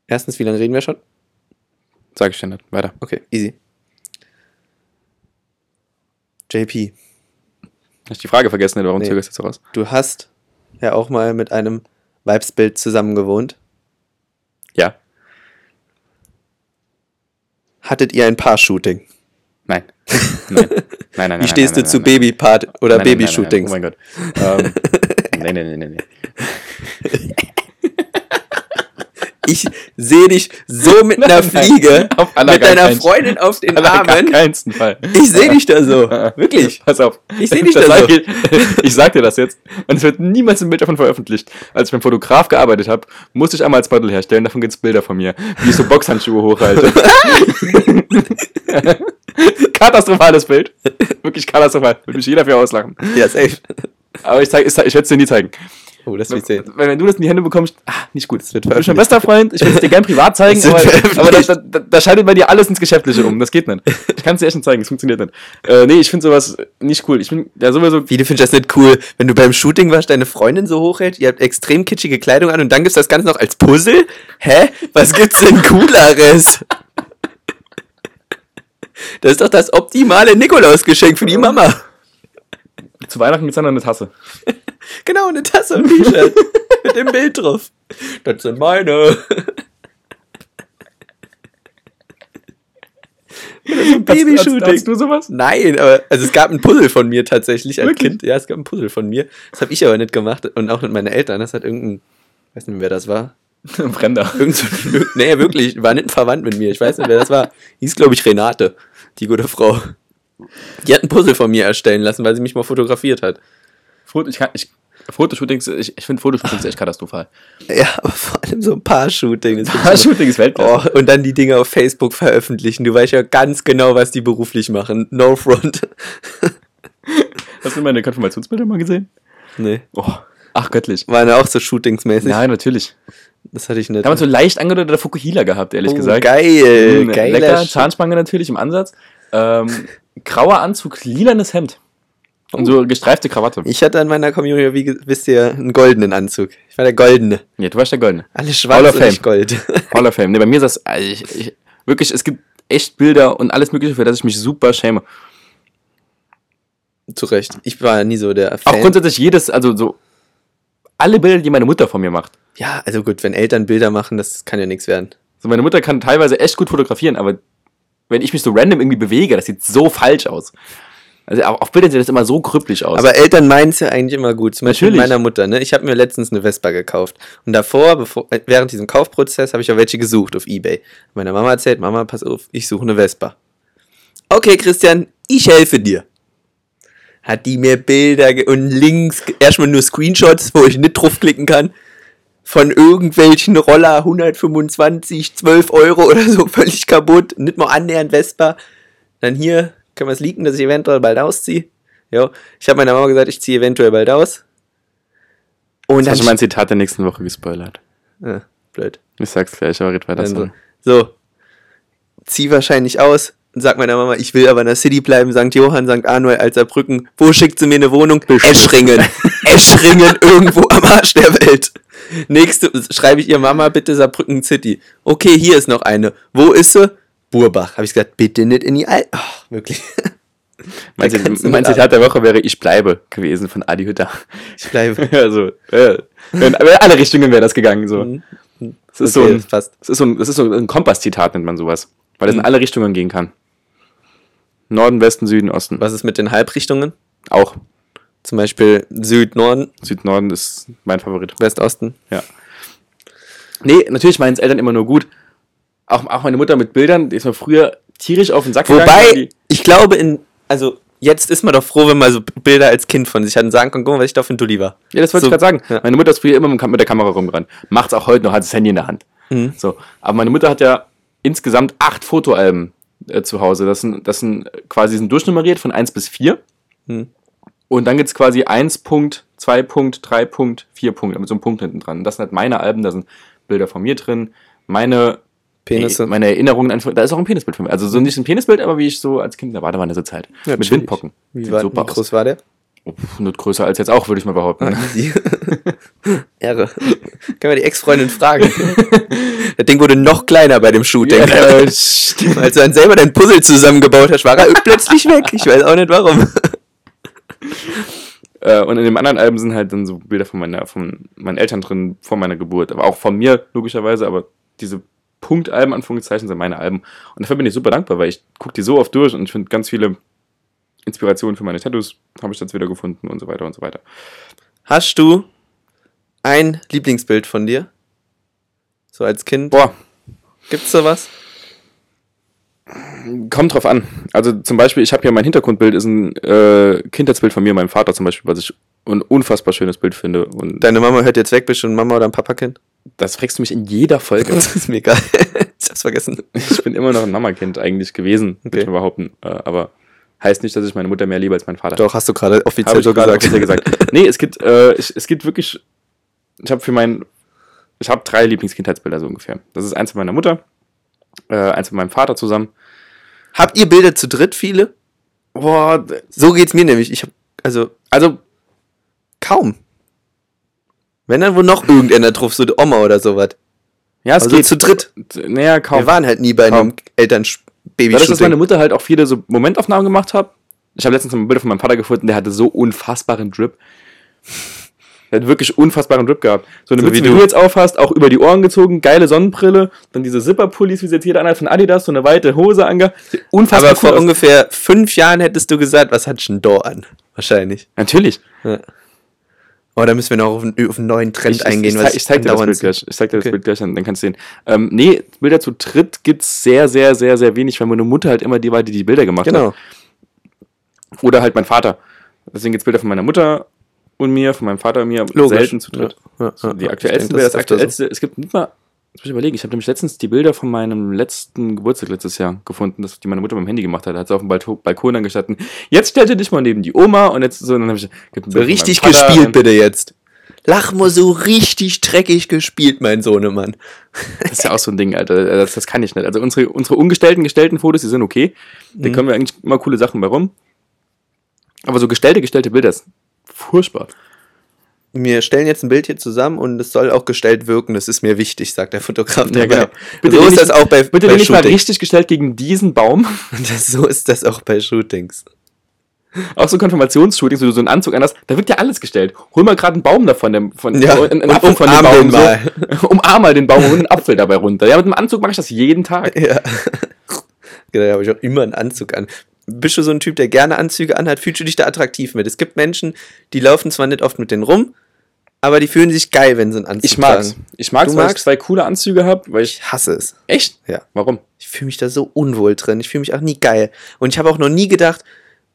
Erstens, wie lange reden wir schon? Sag ich dir nicht. Weiter. Okay, easy. JP, Hab Ich die Frage vergessen, warum Nee. zögerst du jetzt so raus? du hast ja auch mal mit einem Weibsbild zusammen gewohnt. Ja. Hattet ihr ein Paar-Shooting? Nein. Nein. Nein, nein, nein. Wie stehst nein, du nein, zu nein, Baby-Part nein, oder nein, Babyshootings? Nein, nein, nein, oh mein Gott. Ähm, nein, nein, nein, nein, nein. Ich sehe dich so mit einer Nein, nein. Fliege, Auf aller mit deiner keinen- Freundin auf den Aller Armen. keinsten Fall. Ich sehe dich da so. Wirklich. Pass auf. Ich seh dich Das da sag so. Ich, ich sag dir das jetzt. Und es wird niemals ein Bild davon veröffentlicht. Als ich beim Fotograf gearbeitet habe, musste ich einmal als Model herstellen. Davon gibt's Bilder von mir, wie ich so Boxhandschuhe hochhalte. Katastrophales Bild. Wirklich katastrophal. Würde mich jeder für auslachen. Ja, safe. Aber ich, zeig, ich, zeig- ich werde es dir nie zeigen. Oh, das will ich Wenn, sehen. wenn du das in die Hände bekommst, ah, nicht gut. wird du bist mein veröffentlicht. bester Freund, ich will es dir gern privat zeigen, Es wird aber, veröffentlicht. aber da, da, da, da schaltet bei dir alles ins Geschäftliche um. Das geht nicht. Ich kann es dir echt nicht zeigen, es funktioniert nicht. Äh, nee, ich finde sowas nicht cool. Ich bin ja sowieso Wie, du findest das nicht cool, wenn du beim Shooting warst, deine Freundin so hochhält, ihr habt extrem kitschige Kleidung an und dann gibt's das Ganze noch als Puzzle? Hä? Was gibt's denn cooleres? Das ist doch das optimale Nikolausgeschenk für die Mama. Zu Weihnachten gibt's dann noch eine Tasse. Genau, eine Tasse und ein T-Shirt mit dem Bild drauf. Das sind meine. Babyshooting. Hast, hast du sowas? Nein, aber also es gab ein Puzzle von mir tatsächlich als Wirklich? Kind. Ja, es gab ein Puzzle von mir. Das habe ich aber nicht gemacht und auch nicht meine Eltern. Das hat irgendein, weiß nicht, wer das war. Brenda. Irgend so, ein- nee, wirklich, war nicht verwandt mit mir. Ich weiß nicht, wer das war. Hieß, glaube ich, Renate, die gute Frau. Die hat ein Puzzle von mir erstellen lassen, weil sie mich mal fotografiert hat. Foto, ich kann, ich, Fotoshootings, ich, ich finde Fotoshootings echt katastrophal. Ja, aber vor allem so ein Paar-Shooting. das find's immer- Shooting ist Weltklasse. Oh, und dann die Dinge auf Facebook veröffentlichen. Du weißt ja ganz genau, was die beruflich machen. No front. Hast du meine Konfirmationsbilder mal gesehen? Nee. Oh, ach göttlich. Waren ja auch so shootingsmäßig. Nein, natürlich. Das hatte ich nicht. Damals so leicht angedeuteter Fukuhila gehabt, ehrlich Oh, gesagt. Geil, Mm, geiler Lecker, Shit. Zahnspange natürlich im Ansatz. Ähm, grauer Anzug, lilanes Hemd. Oh. Und so gestreifte Krawatte. Ich hatte an meiner Community, wie ge- wisst ihr, einen goldenen Anzug. Ich war der Goldene. Ja, du warst der Goldene. Alle Hall schwarz of und Fame. ich Gold. Hall of Fame. Nee, bei mir ist das, also ich, ich, wirklich, es gibt echt Bilder und alles Mögliche, für das ich mich super schäme. Zu Recht. Ich war nie so der Auch Fan. grundsätzlich jedes, also so alle Bilder, die meine Mutter von mir macht. ja, also gut, wenn Eltern Bilder machen, das kann ja nichts werden. So meine Mutter kann teilweise echt gut fotografieren, aber wenn ich mich so random irgendwie bewege, das sieht so falsch aus. Also auf auf Bildern sieht das immer so krüppelig aus. Aber Eltern meinen es ja eigentlich immer gut. Zum Beispiel Natürlich. meiner Mutter. Ne? Ich habe mir letztens eine Vespa gekauft. Und davor, bevor, äh, während diesem Kaufprozess, habe ich auch welche gesucht auf Ebay. Meiner Mama erzählt, Mama, pass auf, ich suche eine Vespa. Okay, Christian, ich helfe dir. Hat die mir Bilder ge- und Links, ge- erstmal nur Screenshots, wo ich nicht draufklicken kann, von irgendwelchen Roller 125, 12 Euro oder so, völlig kaputt, nicht mal annähernd Vespa. Dann hier können wir es leaken, dass ich eventuell bald ausziehe. Jo. Ich habe meiner Mama gesagt, ich ziehe eventuell bald aus. Und das hast du dann. mein Zitat der nächsten Woche gespoilert. Ah, blöd. Ich sag's gleich, aber red weiter. Dann so. sorry. so. Zieh wahrscheinlich aus und sag meiner Mama, ich will aber in der City bleiben, St. Johann, St. Arnold, Alzerbrücken. Wo schickt sie mir eine Wohnung? Eschringen. Eschringen, irgendwo am Arsch der Welt. Nächste, schreibe ich ihr Mama, bitte Saarbrücken City. Okay, hier ist noch eine. Wo ist sie? Burbach. Habe ich gesagt, bitte nicht in die Al... Ach, wirklich. Mein, Da kannst du Zit- mein mit Zitat der Woche wäre Ich bleibe gewesen von Adi Hütter. Ich bleibe. also, äh, in alle Richtungen wäre das gegangen. So. Es ist so Okay, ein, das passt. es ist so ein, es ist so ein Kompass-Zitat, nennt man sowas. Weil es in alle Richtungen gehen kann. Norden, Westen, Süden, Osten. Was ist mit den Halbrichtungen? Auch. Zum Beispiel Süd, Norden, Süd-Norden ist mein Favorit. West, Osten. Ja. Nee, natürlich meinen es Eltern immer nur gut. auch, auch meine Mutter mit Bildern, die ist mir früher tierisch auf den Sack gegangen. Wobei, die- ich glaube, in, also jetzt ist man doch froh, wenn man so Bilder als Kind von sich hat und sagen kann, guck mal, was ich da für ein Dulli war. Ja, das wollte so- ich gerade sagen. ja. Meine Mutter ist früher immer mit mit der Kamera rumgerannt. Macht's auch heute noch, hat das Handy in der Hand. So. Aber meine Mutter hat ja insgesamt acht Fotoalben äh, zu Hause. Das sind, das sind quasi sind durchnummeriert von 1 bis 4. Mhm. Und dann gibt's quasi 1 Punkt, 2 Punkt, 3 Punkt, 4 Punkt, mit so einem Punkt hinten dran. Und das sind halt meine Alben, da sind Bilder von mir drin, meine, Penisse. äh, meine Erinnerungen an, da ist auch ein Penisbild von mir. Also so nicht ein Penisbild, aber wie ich so als Kind in der Badewanne sitze halt. mit Natürlich. Windpocken. Wie, Sieht war, super wie groß war der? aus. Pff, Nicht größer als jetzt auch, würde ich mal behaupten. Ah, Ehre. Können wir die Ex-Freundin fragen. das Ding wurde noch kleiner bei dem Shooting. Äh, stimmt. Als du dann selber dein Puzzle zusammengebaut hast, war er plötzlich weg. Ich weiß auch nicht warum. Äh, und in dem anderen Album sind halt dann so Bilder von meiner, von meinen Eltern drin, vor meiner Geburt, aber auch von mir, logischerweise, aber diese Punktalben, Anführungszeichen, sind meine Alben. Und dafür bin ich super dankbar, weil ich gucke die so oft durch und ich finde ganz viele Inspirationen für meine Tattoos habe ich jetzt wieder gefunden und so weiter und so weiter. Hast du ein Lieblingsbild von dir? So als Kind? Boah, Gibt's da was? kommt drauf an. Also zum Beispiel, ich habe hier mein Hintergrundbild, ist ein äh, Kindheitsbild von mir und meinem Vater zum Beispiel, was ich ein unfassbar schönes Bild finde. Und Deine Mama hört jetzt weg, bist du ein Mama oder ein Papakind? das fragst du mich in jeder Folge. Das ist mir egal. Ich hab's vergessen. ich bin immer noch ein Mama-Kind eigentlich gewesen, würde ich Okay. mal behaupten. Äh, aber heißt nicht, dass ich meine Mutter mehr liebe als meinen Vater. Doch, hast du gerade habe offiziell ich so gerade gesagt. offiziell gesagt. Nee, es gibt, äh, ich, es gibt wirklich, ich habe für mein, ich habe drei Lieblingskindheitsbilder so ungefähr. Das ist eins mit meiner Mutter, äh, eins mit meinem Vater zusammen. Habt ihr Bilder zu dritt viele? Boah, So geht's mir nämlich. Ich hab, also, also kaum. Wenn dann wohl noch irgendeiner drauf, so die Oma oder sowas. ja, es Also geht zu dritt. Naja, kaum. Wir waren halt nie bei Kaum. einem Dadurch, dass meine Elternbaby-Shooting. Mutter halt auch viele so Momentaufnahmen gemacht hat. Ich habe letztens ein Bild von meinem Vater gefunden, der hatte so unfassbaren Drip. Der hat wirklich unfassbaren Drip gehabt. So eine So Mütze, wie wie du. du jetzt aufhast, auch über die Ohren gezogen, geile Sonnenbrille, dann diese Zipperpullis, wie sie jetzt jeder anhat, von Adidas, so eine weite Hose ange. sieht Unfassbar Aber cool vor aus. ungefähr fünf Jahren hättest du gesagt, was hat schon da an? Wahrscheinlich. Natürlich. Oh, da müssen wir noch auf einen, auf einen neuen Trend eingehen. Ich, ich, was ich zeig dir das andauernd- Bild gleich. Ich zeig dir das Okay. Bild gleich, dann, dann kannst du sehen. Ähm, nee, Bilder zu dritt gibt's sehr, sehr, sehr, sehr wenig, weil meine Mutter halt immer die war, die die Bilder gemacht hat. Genau. Oder halt mein Vater. Deswegen gibt's Bilder von meiner Mutter und mir, von meinem Vater und mir, Logisch. selten zu dritt. Ja, ja, So, ja, die ja. aktuellsten Ich Bilder, denke, das das ist öfter aktuellste, es gibt nicht mal, muss ich überlegen, ich habe nämlich letztens die Bilder von meinem letzten Geburtstag letztes Jahr gefunden, das, die meine Mutter beim Handy gemacht hat. Da hat sie auf dem Balto- Balkon dann gestanden, jetzt stellt ihr dich mal neben die Oma und jetzt so, und dann habe ich, gibt ein So. Bild von Richtig meinem Vater ähm, gespielt und- bitte jetzt. Lach mal so richtig dreckig gespielt, mein Sohnemann. Das ist ja auch so ein Ding, Alter. Das, das kann ich nicht. Also unsere, unsere ungestellten, gestellten Fotos, die sind okay. Mhm. Da können wir eigentlich immer coole Sachen bei rum. Aber so gestellte, gestellte Bilder ist furchtbar. Wir stellen jetzt ein Bild hier zusammen und es soll auch gestellt wirken. Das ist mir wichtig, sagt der Fotograf. Ja, dabei. genau. Bitte so den ist nicht- das auch bei, Bitte bei den nicht mal Shootings. richtig gestellt gegen diesen Baum. Das, so ist das auch bei Shootings. Auch so Konfirmationsshootings, wo du so einen Anzug anhast, da wird ja alles gestellt. Hol mal gerade einen Baum davon, dem, von, Ja, einen und Apfel von dem umarm Baum. den So. Umarm mal den Baum und einen Apfel dabei runter. Ja, mit dem Anzug mache ich das jeden Tag. Ja. genau, da habe ich auch immer einen Anzug an. Bist du so ein Typ, der gerne Anzüge anhat? Fühlst du dich da attraktiv mit? Es gibt Menschen, die laufen zwar nicht oft mit denen rum, aber die fühlen sich geil, wenn sie einen Anzug tragen. Ich mag's, Du weil ich magst? zwei coole Anzüge habe, weil ich. Ich hasse es. Echt? Ja. Warum? Ich fühle mich da so unwohl drin. Ich fühle mich auch nie geil. Und ich habe auch noch nie gedacht,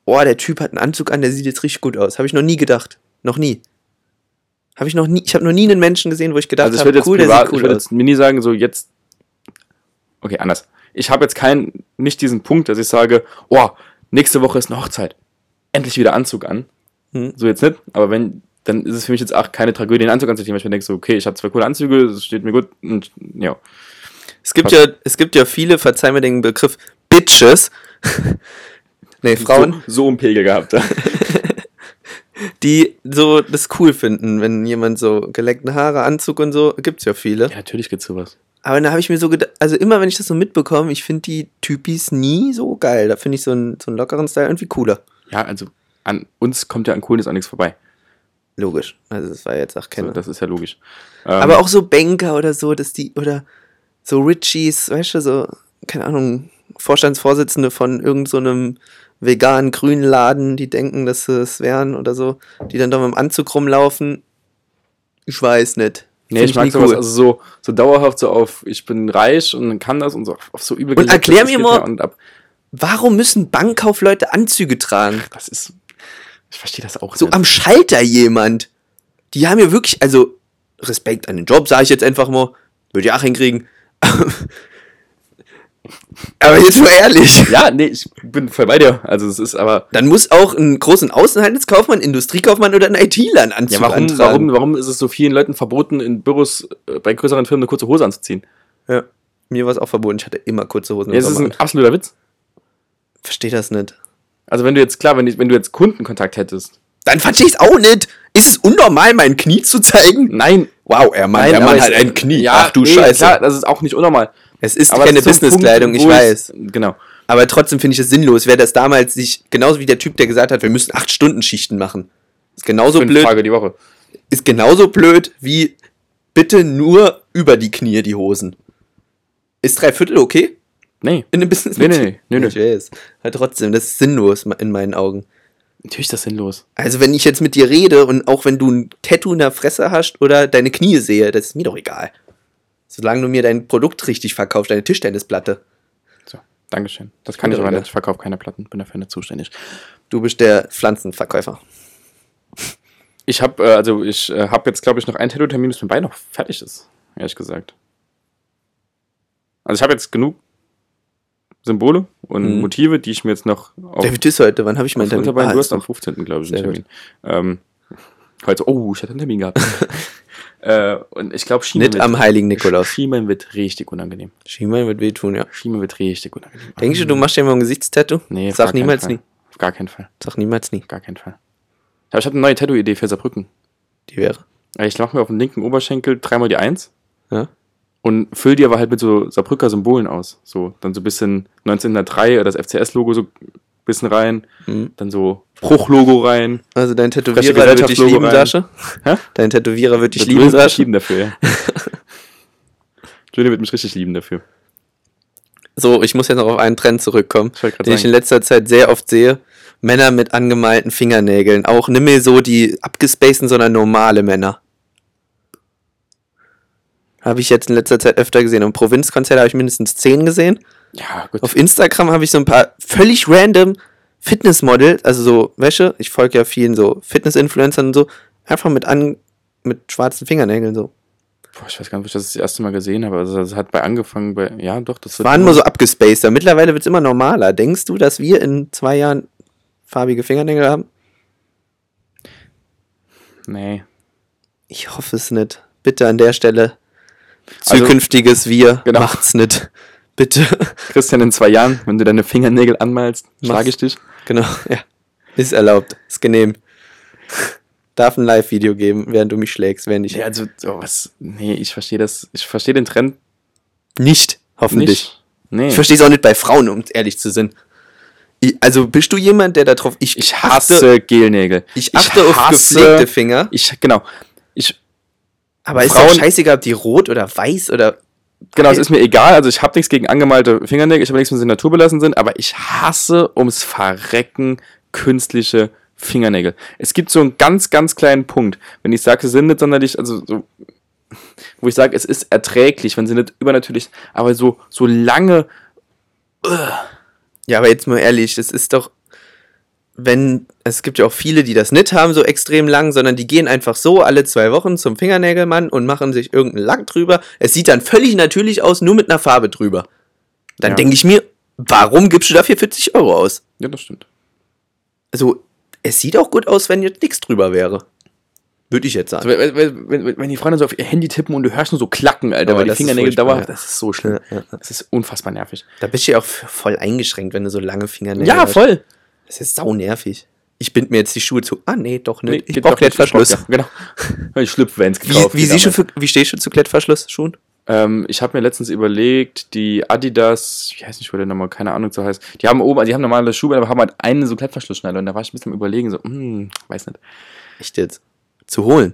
oh, der Typ hat einen Anzug an, der sieht jetzt richtig gut aus. Habe ich noch nie gedacht. Noch nie. Habe ich noch nie. Ich habe noch nie einen Menschen gesehen, wo ich gedacht Also ich habe, würde jetzt, cool, privat, der sieht ich cool würd aus. jetzt mir nie sagen, so jetzt. Okay, anders. Ich habe jetzt keinen, nicht diesen Punkt, dass ich sage, oh, nächste Woche ist eine Hochzeit. Endlich wieder Anzug an. Hm. So jetzt nicht, aber wenn, dann ist es für mich jetzt auch keine Tragödie, den Anzug anzuziehen, weil ich mir denke, so, okay, ich habe zwei coole Anzüge, es steht mir gut und ja. Es gibt ja, es gibt ja viele, verzeih mir den Begriff, Bitches. nee, Frauen, So, so im Pegel gehabt. die so das cool finden, wenn jemand so geleckten Haare, Anzug und so, gibt's ja viele. natürlich gibt's sowas. Aber da habe ich mir so gedacht, also immer wenn ich das so mitbekomme, ich finde die Typis nie so geil. Da finde ich so einen, so einen lockeren Style irgendwie cooler. Ja, also an uns kommt ja an Coolness auch nichts vorbei. Logisch. Also das war jetzt auch keine. So, das ist ja logisch. Aber auch so Banker oder so, dass die, oder so Richies, weißt du, so, keine Ahnung, Vorstandsvorsitzende von irgendeinem so einem veganen grünen Laden, die denken, dass sie es wären oder so, die dann da mit dem Anzug rumlaufen. Ich weiß nicht. Nee, ich mag sowas also so, so dauerhaft so auf, ich bin reich und kann das und so auf so übel. Und gelecktes, erklär das mir geht mal- Und ab. Warum müssen Bankkaufleute Anzüge tragen? Das ist, ich verstehe das auch So nicht. am Schalter jemand. Die haben ja wirklich, also Respekt an den Job, sage ich jetzt einfach mal. Würde ich auch hinkriegen. Aber jetzt mal ehrlich. Ja, nee, ich bin voll bei dir. Also es ist aber, Dann muss auch einen großen Außenhandelskaufmann, Industriekaufmann oder ein ITler einen ja, Anzug warum, antragen. warum, warum ist es so vielen Leuten verboten, in Büros äh, bei größeren Firmen eine kurze Hose anzuziehen? Ja. Mir war es auch verboten. Ich hatte immer kurze Hosen. Ja, es ist ein absoluter Witz. Verstehe das nicht. Also wenn du jetzt, klar, wenn, ich, wenn du jetzt Kundenkontakt hättest. Dann verstehe ich es auch nicht. Ist es unnormal, mein Knie zu zeigen? Nein, Wow, er Mann, nein, der aber Mann es- hat ein Knie. Ja, Ach du nee, Scheiße. Klar, das ist auch nicht unnormal. Es ist Aber keine das ist so ein Businesskleidung, Punkt, ich wo weiß. Genau. Aber trotzdem finde ich es sinnlos. Wäre das damals sich, genauso wie der Typ, der gesagt hat, wir müssen acht Stunden Schichten machen. Ist genauso Fünf blöd. Tage die Woche. Ist genauso blöd wie bitte nur über die Knie die Hosen. Ist drei Viertel okay? Nee, In einem Business? Nee, nee, nee, nee, nee. Ich weiß. Aber trotzdem, das ist sinnlos in meinen Augen. natürlich ist das sinnlos. Also wenn ich jetzt mit dir rede und auch wenn du ein Tattoo in der Fresse hast oder deine Knie sehe, das ist mir doch egal. Solange du mir dein Produkt richtig verkaufst, deine Tischtennisplatte. So, Dankeschön. Das kann ich Bitte, aber Olga. nicht. Ich verkaufe keine Platten, bin dafür nicht zuständig. Du bist der Pflanzenverkäufer. Oh. Ich habe, äh, also ich äh, habe jetzt, glaube ich, noch einen Tattoo-Termin, bis mein Bein noch fertig ist, ehrlich gesagt. Also ich habe jetzt genug Symbole und Mhm. Motive, die ich mir jetzt noch auf, David ist heute, wann habe ich meinen auf Termin? Unterbein, Ah, du ist hast am noch. 15. glaube ich Sehr einen Termin. Ähm, heute, oh, ich hatte einen Termin gehabt. äh, und ich glaube, Schiemen, Nicht am heiligen wird- Nikolaus. Schiemen wird richtig unangenehm. Schiemann wird wehtun, ja. Schiemen wird richtig unangenehm. Denkst du, du machst dir mal ein Gesichtstattoo? Nee, auf Sag gar keinen niemals Fall. nie. Auf gar keinen Fall. Sag niemals nie. Auf gar keinen Fall. Aber ich habe eine neue Tattoo-Idee für Saarbrücken. Äh, Die wäre. Ich mache mir auf dem linken Oberschenkel dreimal die Eins Ja? und füll die aber halt mit so Saarbrücker Symbolen aus. So, dann so ein bisschen 1903 oder das FCS-Logo so ein bisschen rein, Mhm. dann so Bruch-Logo rein. Also dein Frische Tätowierer wird dich Gesellschaftslogo lieben, rein. Sascha. Hä? Dein Tätowierer wird dich Das lieben, wird mich Sascha. lieben dafür, ja. Julie wird mich richtig lieben dafür. So, ich muss jetzt noch auf einen Trend zurückkommen, Ich wollte gerade den ich sagen. in letzter Zeit sehr oft sehe. Männer mit angemalten Fingernägeln. Auch nicht mehr so die abgespaceden, sondern normale Männer. Habe ich jetzt in letzter Zeit öfter gesehen. Im Provinzkonzert habe ich mindestens zehn gesehen. Ja, gut. Auf Instagram habe ich so ein paar völlig random Fitnessmodels, also so Wäsche. Ich folge ja vielen so Fitness-Influencern und so. Einfach mit an mit schwarzen Fingernägeln so. Boah, ich weiß gar nicht, ob ich das das erste Mal gesehen habe. Also, das hat bei angefangen bei. Ja, doch, das wird. Waren immer so abgespaceder. Mittlerweile wird es immer normaler. Denkst du, dass wir in zwei Jahren farbige Fingernägel haben? Nee. Ich hoffe es nicht. Bitte an der Stelle. Also- Zukünftiges Wir Genau. macht's nicht. Bitte. Christian, in zwei Jahren, wenn du deine Fingernägel anmalst, schlage ich dich. genau, ja. Ist erlaubt. Ist genehm. Darf ein Live-Video geben, während du mich schlägst, während ich. Ja, also, oh, was? Nee, ich verstehe das. Ich verstehe den Trend Nicht, hoffentlich. nicht. Nee. Ich verstehe es auch nicht bei Frauen, um ehrlich zu sein. Ich, also bist du jemand, der darauf. Ich, Ich Achte, hasse Gelnägel. ich achte auf hasse- gepflegte Finger. Ich, genau. Ich, Aber ist doch Frauen- scheißegal, ob die rot oder weiß oder. genau, es ist mir egal. Also ich habe nichts gegen angemalte Fingernägel. Ich habe nichts, wenn sie naturbelassen sind. Aber ich hasse ums Verrecken künstliche Fingernägel. Es gibt so einen ganz, ganz kleinen Punkt. Wenn ich sage, sie sind nicht sonderlich, also so, wo ich sage, es ist erträglich, wenn sie nicht übernatürlich, aber so, so lange, Ja, aber jetzt mal ehrlich, das ist doch. Wenn. Es gibt ja auch viele, die das nicht haben, so extrem lang, sondern die gehen einfach so alle zwei Wochen zum Fingernägelmann und machen sich irgendeinen Lack drüber. Es sieht dann völlig natürlich aus, nur mit einer Farbe drüber. Dann Ja. denke ich mir, warum gibst du dafür 40 Euro aus? ja, das stimmt. Also, es sieht auch gut aus, wenn jetzt nichts drüber wäre. Würde ich jetzt sagen. Also, wenn, wenn, wenn, wenn die Freunde so auf ihr Handy tippen und du hörst nur so klacken, Alter, Oh, weil die das ist Fingernägel furchtbar, dauerhaft, ja. das ist so schlimm. Das ist unfassbar nervig. Da bist du ja auch f- voll eingeschränkt, wenn du so lange Fingernägel Ja, hast. voll. Das ist sau nervig. Ich bind mir jetzt die Schuhe zu. Ah, nee, doch nicht. ich geht brauch doch nicht. Klettverschluss. Ich brauch- ja, Genau. Ich Schlüpfvans Wie, gekauft. wie, die siehst du damals. für, wie stehst du zu Klettverschlussschuhen? ähm, ich habe mir letztens überlegt, die Adidas, ich weiß nicht, wo der nochmal, keine Ahnung so heißt, die haben oben, also die haben normale Schuhe, aber haben halt einen so Klettverschlussschneider und da war ich ein bisschen am überlegen, so, hm, weiß nicht. Echt jetzt? Zu holen?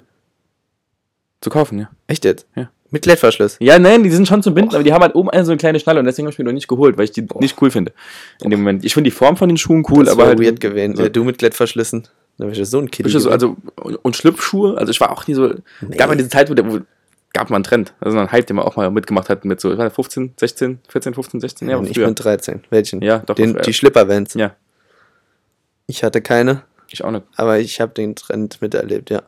Zu kaufen, ja. Echt jetzt? Ja. Mit Klettverschluss? Ja, nein, die sind schon zum Binden, aber die haben halt oben eine so eine kleine Schnalle und deswegen habe ich mir noch nicht geholt, weil ich die nicht cool finde. In dem Moment. Ich finde die Form von den Schuhen cool, das aber wär halt. weird gewesen. so- Ja, du mit Klettverschlüssen. Da wärst du so ein Kind. Wische so, also und, und Schlüpfschuhe, also ich war auch nie so, gab mal diese Zeit, wo, der- wo gab mal einen Trend. Das ist ein Hype, den man auch mal mitgemacht hat mit so 15, 16, 14, 15, 16 Jahren. ich bin 13. Welchen? Ja, doch, Den, auf- die Schlippervans. ja, Ich hatte keine, ich auch nicht. aber ich habe den Trend miterlebt, ja.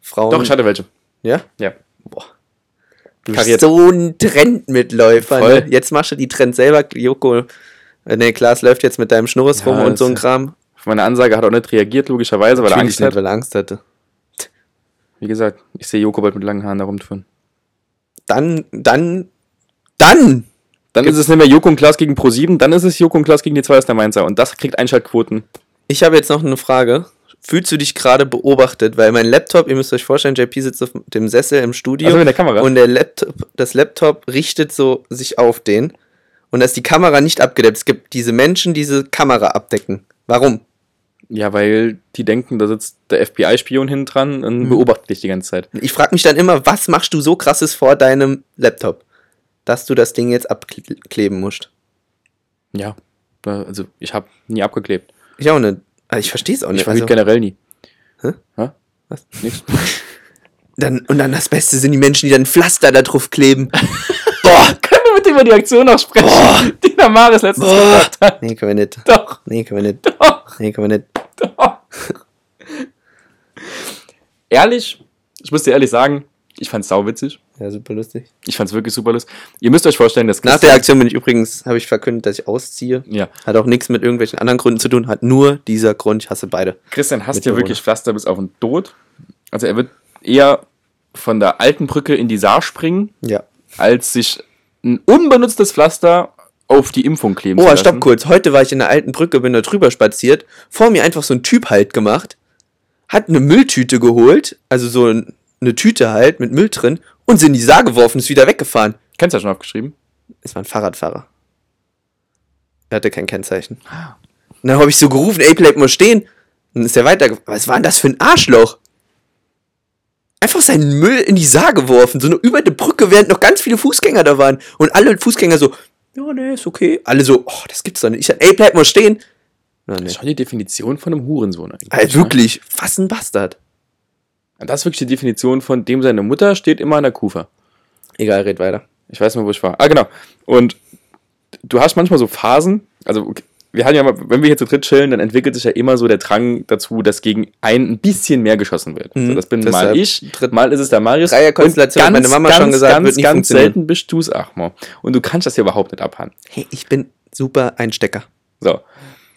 Frauen. Doch, ich hatte welche. Ja? Ja. Boah. Du bist Kariert. so ein Trendmitläufer. Voll. Ne? Jetzt machst du die Trends selber. Joko, äh, nee, Klaas läuft jetzt mit deinem Schnurres Ja, rum und das so ein ist Kram. Auf meine Ansage hat er auch nicht reagiert, logischerweise, weil er Natürlich Angst nicht, hat. weil er Angst hatte. Wie gesagt, ich sehe Joko bald mit langen Haaren da rumtun. Dann, dann, dann! Dann ist es nicht mehr Joko und Klaas gegen Pro7, dann ist es Joko und Klaas gegen die 2 aus der Mainzer. Und das kriegt Einschaltquoten. Ich habe jetzt noch eine Frage. Fühlst du dich gerade beobachtet? Weil mein Laptop, ihr müsst euch vorstellen, JP sitzt auf dem Sessel im Studio Also mit der Kamera. und der Laptop, das Laptop richtet so sich auf den und da ist die Kamera nicht abgedeckt. Es gibt diese Menschen, die diese Kamera abdecken. Warum? ja, weil die denken, da sitzt der FBI-Spion hinten dran Mhm. und beobachtet dich die ganze Zeit. Ich frage mich dann immer, was machst du so krasses vor deinem Laptop, dass du das Ding jetzt abkleben musst? Ja. Also ich habe nie abgeklebt. Ich auch nicht. Also Ich verstehe es auch Ich nicht. verhüte Also, generell nie. Hä? Hä? Was? Nix. dann, und dann das Beste sind die Menschen, die dann Pflaster da drauf kleben. Boah, können wir mit über die Aktion noch sprechen, Boah. die Damaris letztens Boah. Oh. Nee, können wir nicht. Doch, Nee, können wir nicht. doch, Nee, können wir nicht. doch. ehrlich, ich muss dir ehrlich sagen, ich fand's sauwitzig. Ja, super lustig. Ich fand's wirklich super lustig. Ihr müsst euch vorstellen, dass Nach der Aktion bin ich übrigens, habe ich verkündet, dass ich ausziehe. ja, Hat auch nichts mit irgendwelchen anderen Gründen zu tun, hat nur dieser Grund, ich hasse beide. Christian Mit hasst ja Corona. wirklich Pflaster bis auf den Tod. Also er wird eher von der alten Brücke in die Saar springen, Ja. als sich ein unbenutztes Pflaster auf die Impfung kleben zu Oh, lassen. stopp kurz. Heute war ich in der alten Brücke, bin da drüber spaziert, vor mir einfach so ein Typ halt gemacht, hat eine Mülltüte geholt, also so ein- eine Tüte halt mit Müll drin und sind in die Saar geworfen, ist wieder weggefahren. Kennst du ja schon aufgeschrieben? Es war ein Fahrradfahrer. Er hatte kein Kennzeichen. Und dann habe ich so gerufen, ey, bleib mal stehen. Und dann ist er weitergefahren. Was war denn das für ein Arschloch? Einfach seinen Müll in die Saar geworfen, so eine über die Brücke, während noch ganz viele Fußgänger da waren. Und alle Fußgänger so, ja, nee, ist okay. Alle so, oh, das gibt's doch nicht. Ich sag, ey, bleib mal stehen. Na, nee. Das ist schon die Definition von einem Hurensohn eigentlich. Ey, wirklich, was ein Bastard. Ne? Das ist wirklich die Definition von dem seine Mutter steht immer an der Kufa. Egal, red weiter. Ich weiß mal, wo ich war. Ah, genau. Und du hast manchmal so Phasen, also okay, wir haben ja mal, wenn wir hier zu dritt chillen, dann entwickelt sich ja immer so der Drang dazu, dass gegen einen ein bisschen mehr geschossen wird. Mhm. So, das bin Deshalb mal ich, dritt- mal ist es der Marius. Dreierkonstellation, hat meine Mama schon gesagt, ganz, wird nie ganz funktionieren. selten bist du's, Achmo. Und du kannst das ja überhaupt nicht abhaben. Hey, ich bin super Einstecker. So.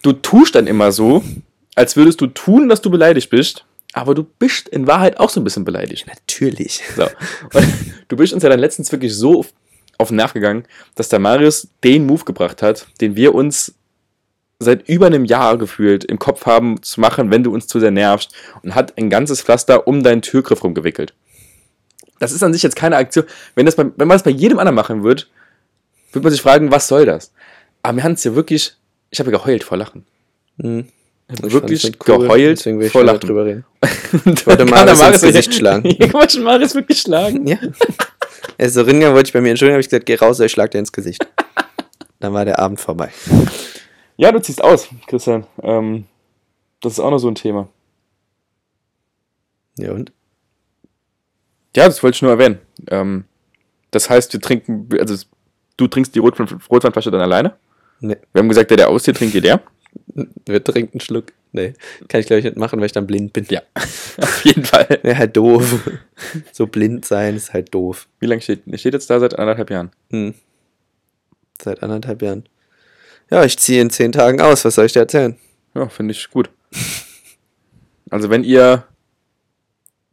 Du tust dann immer so, als würdest du tun, dass du beleidigt bist, aber du bist in Wahrheit auch so ein bisschen beleidigt. Natürlich. So. Und du bist uns ja dann letztens wirklich so auf, auf den Nerv gegangen, dass der Marius den Move gebracht hat, den wir uns seit über einem Jahr gefühlt im Kopf haben zu machen, wenn du uns zu sehr nervst und hat ein ganzes Pflaster um deinen Türgriff rumgewickelt. Das ist an sich jetzt keine Aktion. Wenn, das bei, wenn man das bei jedem anderen machen würde, würde man sich fragen, was soll das? Aber wir haben es ja wirklich, ich habe ja geheult vor Lachen. Mhm. Ich hab Ich wirklich fand's nicht cool, geheult deswegen will ich vor da Lachen. nicht drüber reden. Und Wollte dann kann Marius der ins Gesicht schlagen. Ich wollte Marius wirklich schlagen. Ja. Er ist so ringegangen, wollte ich bei mir entschuldigen, habe ich gesagt, geh raus, oder ich schlag dir ins Gesicht. Dann war der Abend vorbei. Ja, du ziehst aus, Christian. Ähm, das ist auch noch so ein Thema. Ja, und? Ja, das wollte ich nur erwähnen. Ähm, das heißt, wir trinken, also du trinkst die Rotwein, Rotweinflasche dann alleine. Nee, Wir haben gesagt, der, der auszieht, trinkt ihr der. wir trinken einen Schluck. Nee, kann ich glaube ich nicht machen, weil ich dann blind bin. Ja. Auf jeden Fall. Wäre halt doof. so blind sein ist halt doof. Wie lange steht? ihr steht jetzt da seit anderthalb Jahren. Hm. Seit anderthalb Jahren. Ja, ich ziehe in zehn Tagen aus, was soll ich dir erzählen? Ja, finde ich gut. Also wenn ihr.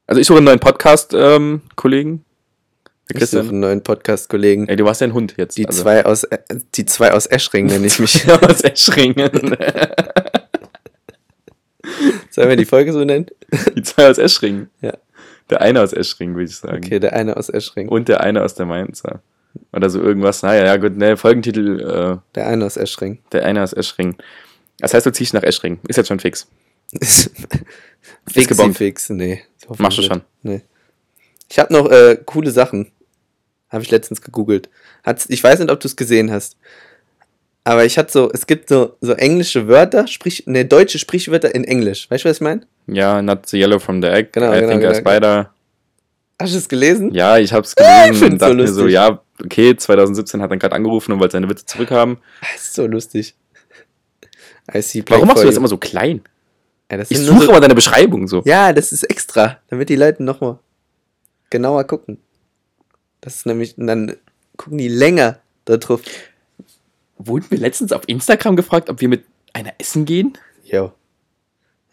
Also ich suche einen neuen Podcast-Kollegen. Der Ich suche Christian. einen neuen Podcast-Kollegen. Ey, du warst ja ein Hund jetzt. Die, also. zwei aus Ä- die zwei aus Eschring nenne ich mich. aus Eschringen. Sollen wir die Folge so nennen? Die zwei aus Eschringen. Ja. Der eine aus Eschringen, würde ich sagen. Okay, der eine aus Eschring. Und der eine aus der Mainzer. Oder so irgendwas. Naja, ja gut, ne, Folgentitel, äh, Der eine aus Eschring. der eine aus Eschringen. Das heißt, du ziehst nach Eschringen. Ist jetzt schon fix. Fix gebongt. Fix, nee. Das Machst du hoffentlich schon. nicht. Nee. Ich habe noch äh, coole Sachen. Habe ich letztens gegoogelt. Hat's, ich weiß nicht, ob du es gesehen hast. Aber ich hatte so, es gibt so, so englische Wörter, sprich, ne, deutsche Sprichwörter in Englisch. Weißt du, was ich meine? Ja, not the yellow from the egg. Genau, I genau, think genau, a spider. Hast du es gelesen? Ja, ich habe es gelesen find's und so dachte mir so, lustig. ja, okay, 2017 hat er gerade angerufen und wollte seine Witze zurückhaben. Das Ah, ist so lustig. I see Warum machst du das immer? immer so klein? Ja, das Ich sind nur suche so, immer deine Beschreibung so. ja, das ist extra, damit die Leute nochmal genauer gucken. Das ist nämlich, und dann gucken die länger da drauf. Wurden wir letztens auf Instagram gefragt, ob wir mit einer essen gehen? Jo.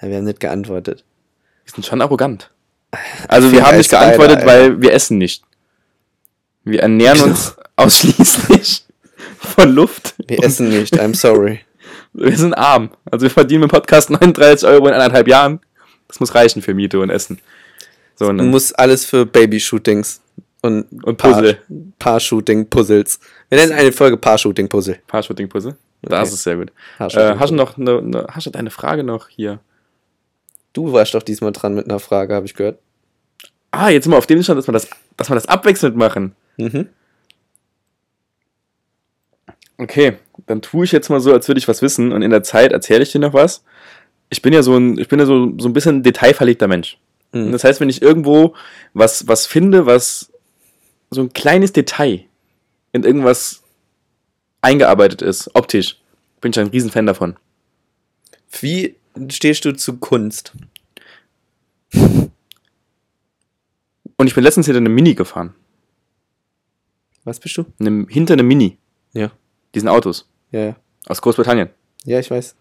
Ja, wir haben nicht geantwortet. Wir sind schon arrogant. Also wir Finger haben nicht ist leider, Genau. geantwortet, Alter. weil wir essen nicht. Wir ernähren uns ausschließlich von Luft. Wir essen nicht, I'm sorry. Wir sind arm. Also wir verdienen mit dem Podcast 39 Euro in anderthalb Jahren. Das muss reichen für Miete und Essen. So, Man ne? muss alles für Babyshootings und, Und Puzzle. Paar-Shooting-Puzzles. Wir nennen eine Folge Paar-Shooting-Puzzle. Paar-Shooting-Puzzle. Da Okay. ist es sehr gut. Äh, Paar-Shooting-Puzzle. hast du noch eine, eine, hast du deine Frage noch hier? Du warst doch diesmal dran mit einer Frage, habe ich gehört. Ah, jetzt sind wir auf dem Stand, dass wir das, dass wir das abwechselnd machen. Mhm. Okay, dann tue ich jetzt mal so, als würde ich was wissen und in der Zeit erzähle ich dir noch was. Ich bin ja so ein, ich bin ja so, so ein bisschen detailverlegter Mensch. Und Mhm. Das heißt, wenn ich irgendwo was, was finde, was so ein kleines Detail in irgendwas eingearbeitet ist, optisch, bin ich ein Riesenfan davon. Wie stehst du zu Kunst? Und ich bin letztens hinter einem Mini gefahren. Was bist du? Einem, hinter einem Mini. Ja. Diesen Autos. Ja, ja. Aus Großbritannien. Ja, ich weiß.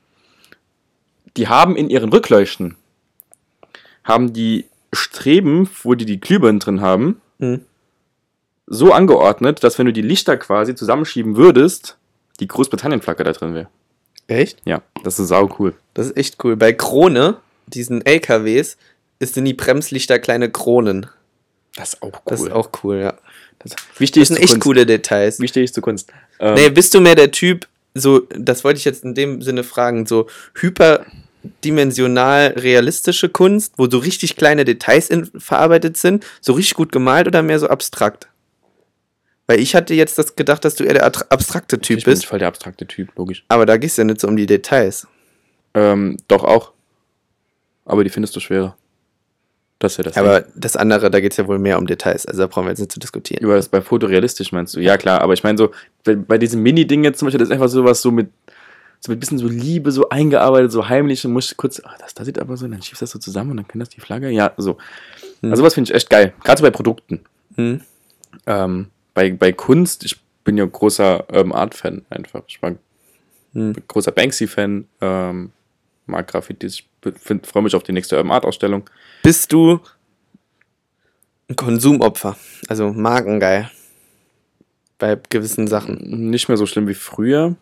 die haben in ihren Rückleuchten, haben die Streben, wo die die Glühbirnen drin haben, Mhm. so angeordnet, dass wenn du die Lichter quasi zusammenschieben würdest, die Großbritannien-Flagge da drin wäre. Echt? Ja, das ist sau cool. Das ist echt cool. Bei Krone, diesen LKWs, ist sind die Bremslichter kleine Kronen. Das ist auch cool. Das ist auch cool, ja. wie stehe Das ich sind zu echt Kunst? coole Details. Wie stehe ich zu Kunst? Ähm, Nee, bist du mehr der Typ, so, das wollte ich jetzt in dem Sinne fragen, so hyperdimensional realistische Kunst, wo so richtig kleine Details in, verarbeitet sind, so richtig gut gemalt oder mehr so abstrakt? Weil ich hatte jetzt das gedacht, dass du eher der attra- abstrakte Typ ich bin bist, nicht voll der abstrakte Typ, logisch. aber da geht's ja nicht so um die Details. Ähm, doch auch. Aber die findest du schwerer. Das ist ja das. Aber das andere, da geht's ja wohl mehr um Details, also da brauchen wir jetzt nicht zu diskutieren. Über das bei fotorealistisch meinst du? Ja, klar, aber ich meine so, bei, bei diesem Mini-Ding jetzt zum Beispiel, das ist einfach sowas so mit, so mit bisschen so Liebe, so eingearbeitet, so heimlich und musst kurz, ah, das, das sieht aber so, und dann schiebst du das so zusammen und dann kann das die Flagge, ja, so. Also sowas finde ich echt geil, gerade so bei Produkten. Hm? Ähm, bei, bei Kunst, ich bin ja großer Urban Art-Fan einfach. Ich war Hm. bin großer Banksy-Fan, ähm, mag Graffitis, ich freue mich auf die nächste Urban Art-Ausstellung. Bist du ein Konsumopfer, also Markengeil bei gewissen Sachen? Nicht mehr so schlimm wie früher.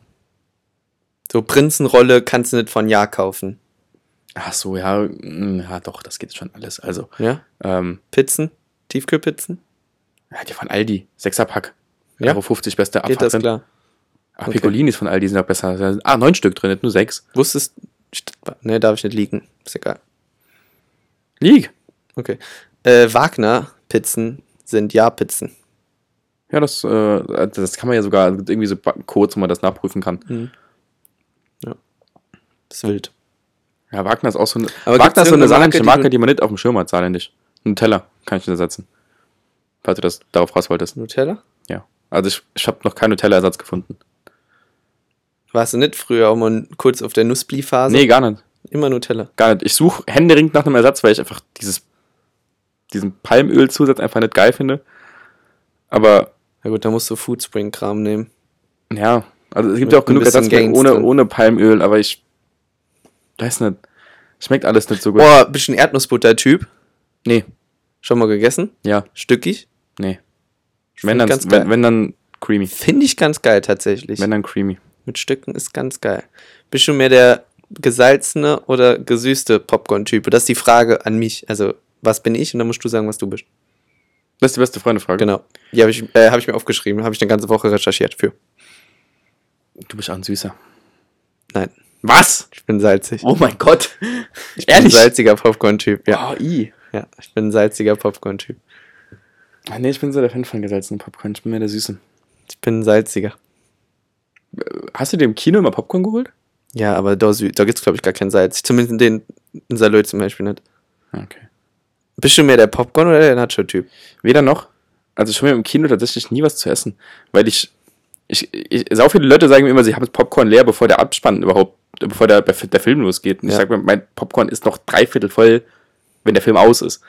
So Prinzenrolle kannst du nicht von Ja kaufen. Ach so, ja, mm, ja, doch, das geht schon alles. Also, Ja? ähm, Pizzen? Tiefkühlpizzen? Ja, die von Aldi. Sechserpack. Ja? Ja. Euro 50 beste Geht Abfahrt das drin. klar? Ah, Okay. Piccolinis von Aldi sind auch besser. Da sind- Ah, neun Stück drin, nicht nur sechs. Wusstest St- Ne, darf ich nicht liegen. Ist egal. Lieg. Okay. Äh, Wagner-Pizzen sind Ja-Pizzen. Ja, das, äh, das kann man ja sogar es gibt irgendwie so Ba- Codes, wo man das nachprüfen kann. Mhm. Das ist wild. Ja, Wagner ist auch so eine, Aber gibt's Wagner ist so eine irgendeine Marke, saarländische die Marke, du- die man nicht auf dem Schirm hat, saarländisch. Nutella kann ich ersetzen. Falls du das darauf raus wolltest. Nutella? Ja. Also ich, ich habe noch keinen Nutella-Ersatz gefunden. Warst du nicht früher auch mal kurz auf der Nussbli-Phase? nee, gar nicht. Immer Nutella. Gar nicht. Ich suche händeringend nach einem Ersatz, weil ich einfach dieses, diesen Palmölzusatz einfach nicht geil finde. Aber Na gut, da musst du Foodspring-Kram nehmen. Ja, also es gibt Mit ja auch ein genug bisschen Ersatzmittel Gangs ohne, drin. ohne Palmöl, aber ich weiß nicht. Schmeckt alles nicht so gut. Boah, bisschen Erdnussbutter-Typ. Nee, Schon mal gegessen? ja, Stückig? nee. Find Wenn dann, ganz geil. wenn, wenn dann creamy. Finde ich ganz geil tatsächlich. Wenn dann creamy. Mit Stücken ist ganz geil. Bist du mehr der gesalzene oder gesüßte Popcorn-Typ? Das ist die Frage an mich. Also, was bin ich? Und dann musst du sagen, was du bist. Das ist die beste Freundefrage. Genau. Die habe ich, äh, hab ich mir aufgeschrieben, habe ich eine ganze Woche recherchiert für. Genau. Du bist auch ein Süßer. Nein, Was? ich bin salzig. Oh mein Gott. Ich bin ein salziger Popcorn-Typ. Ja. Ja. Oh, i. ja, ich bin ein salziger Popcorn-Typ. Ah, nee, ich bin so der Fan von gesalzenen Popcorn. Ich bin mehr der Süße. Ich bin ein salziger. Hast du dir im Kino immer Popcorn geholt? Ja, aber da, sü- da gibt es, glaube ich, gar kein Salz. Zumindest den in Salö zum Beispiel nicht. Ah, Okay. Bist du mehr der Popcorn oder der Nacho-Typ? Weder noch. Also ich hole mir im Kino tatsächlich nie was zu essen, weil ich, ich, ich sau viele Leute sagen mir immer, sie haben das Popcorn leer, bevor der Abspann überhaupt, bevor der, der Film losgeht. Und ich Ja. sage mir, mein Popcorn ist noch dreiviertel voll, wenn der Film aus ist.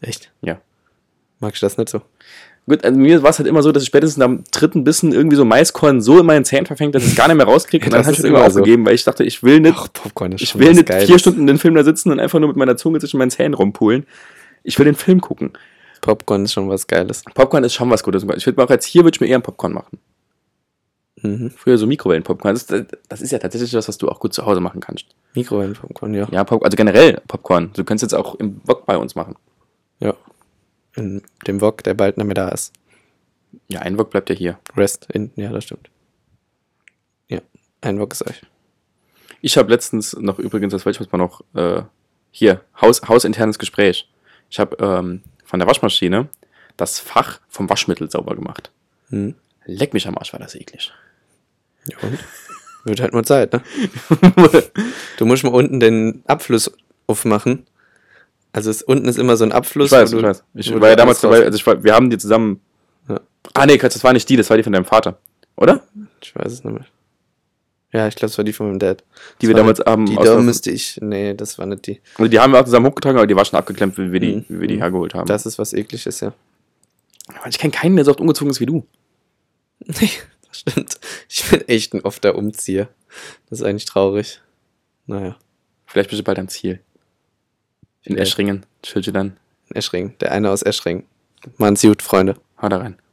Echt? Ja. Mag ich das nicht so? Gut, also mir war es halt immer so, dass ich spätestens am dritten Bissen irgendwie so Maiskorn so in meinen Zähnen verfängt, dass ich es gar nicht mehr rauskriege. Ja, und dann das habe ich ist immer immer so. aufgegeben, weil ich dachte, ich will nicht, Popcorn ist ich will nicht vier Stunden den Film da sitzen und einfach nur mit meiner Zunge zwischen meinen Zähnen rumpulen. Ich will den Film gucken. Popcorn ist schon was Geiles. Popcorn ist schon was Gutes. Ich würde auch jetzt hier würde ich mir eher einen Popcorn machen. Mhm. Früher so Mikrowellenpopcorn. Das ist, äh, das ist ja tatsächlich was, was du auch gut zu Hause machen kannst. Mikrowellenpopcorn, ja. Ja, Pop also generell Popcorn. Du kannst jetzt auch im Wok bei uns machen. Ja. In dem Wok, der bald nicht mehr da ist. Ja, ein Wok bleibt ja hier. Rest in, ja, das stimmt. Ja, ein Wok ist euch. Ich habe letztens noch übrigens, das wollte ich jetzt mal noch, äh, hier, Haus, hausinternes Gespräch. Ich habe ähm, von der Waschmaschine das Fach vom Waschmittel sauber gemacht. Hm. Leck mich am Arsch, war das eklig. Ja, und? Wird halt mal Zeit, ne? Du musst mal unten den Abfluss aufmachen. Also es, unten ist immer so ein Abfluss. Ich weiß, wo ich du- weiß. wo Ich du war ja damals alles dabei, also ich war, wir haben die zusammen. Ja. Ah, nee, Quatsch, das war nicht die, das war die von deinem Vater. Oder? raus- Ich weiß es nicht mehr. Ja, ich glaube, es war die von meinem Dad. Die Das wir war damals nicht- haben Die aus- da müsste ich. Nee, das war nicht die. Also die haben wir auch zusammen hochgetragen, aber die war schon abgeklemmt, wie wir die, Mhm. wie wir die Mhm. hergeholt haben. Das ist was ekliges, ja. ich kenne keinen, der so oft umgezogen ist wie du. Nee, das stimmt. Ich bin echt ein ofter Umzieher. Das ist eigentlich traurig. Naja, Vielleicht bist du bald am Ziel. In Vielleicht. Eschringen. Schildchen dann. Eschring. Der eine aus Eschring. Man's gut, Freunde. Hau da rein.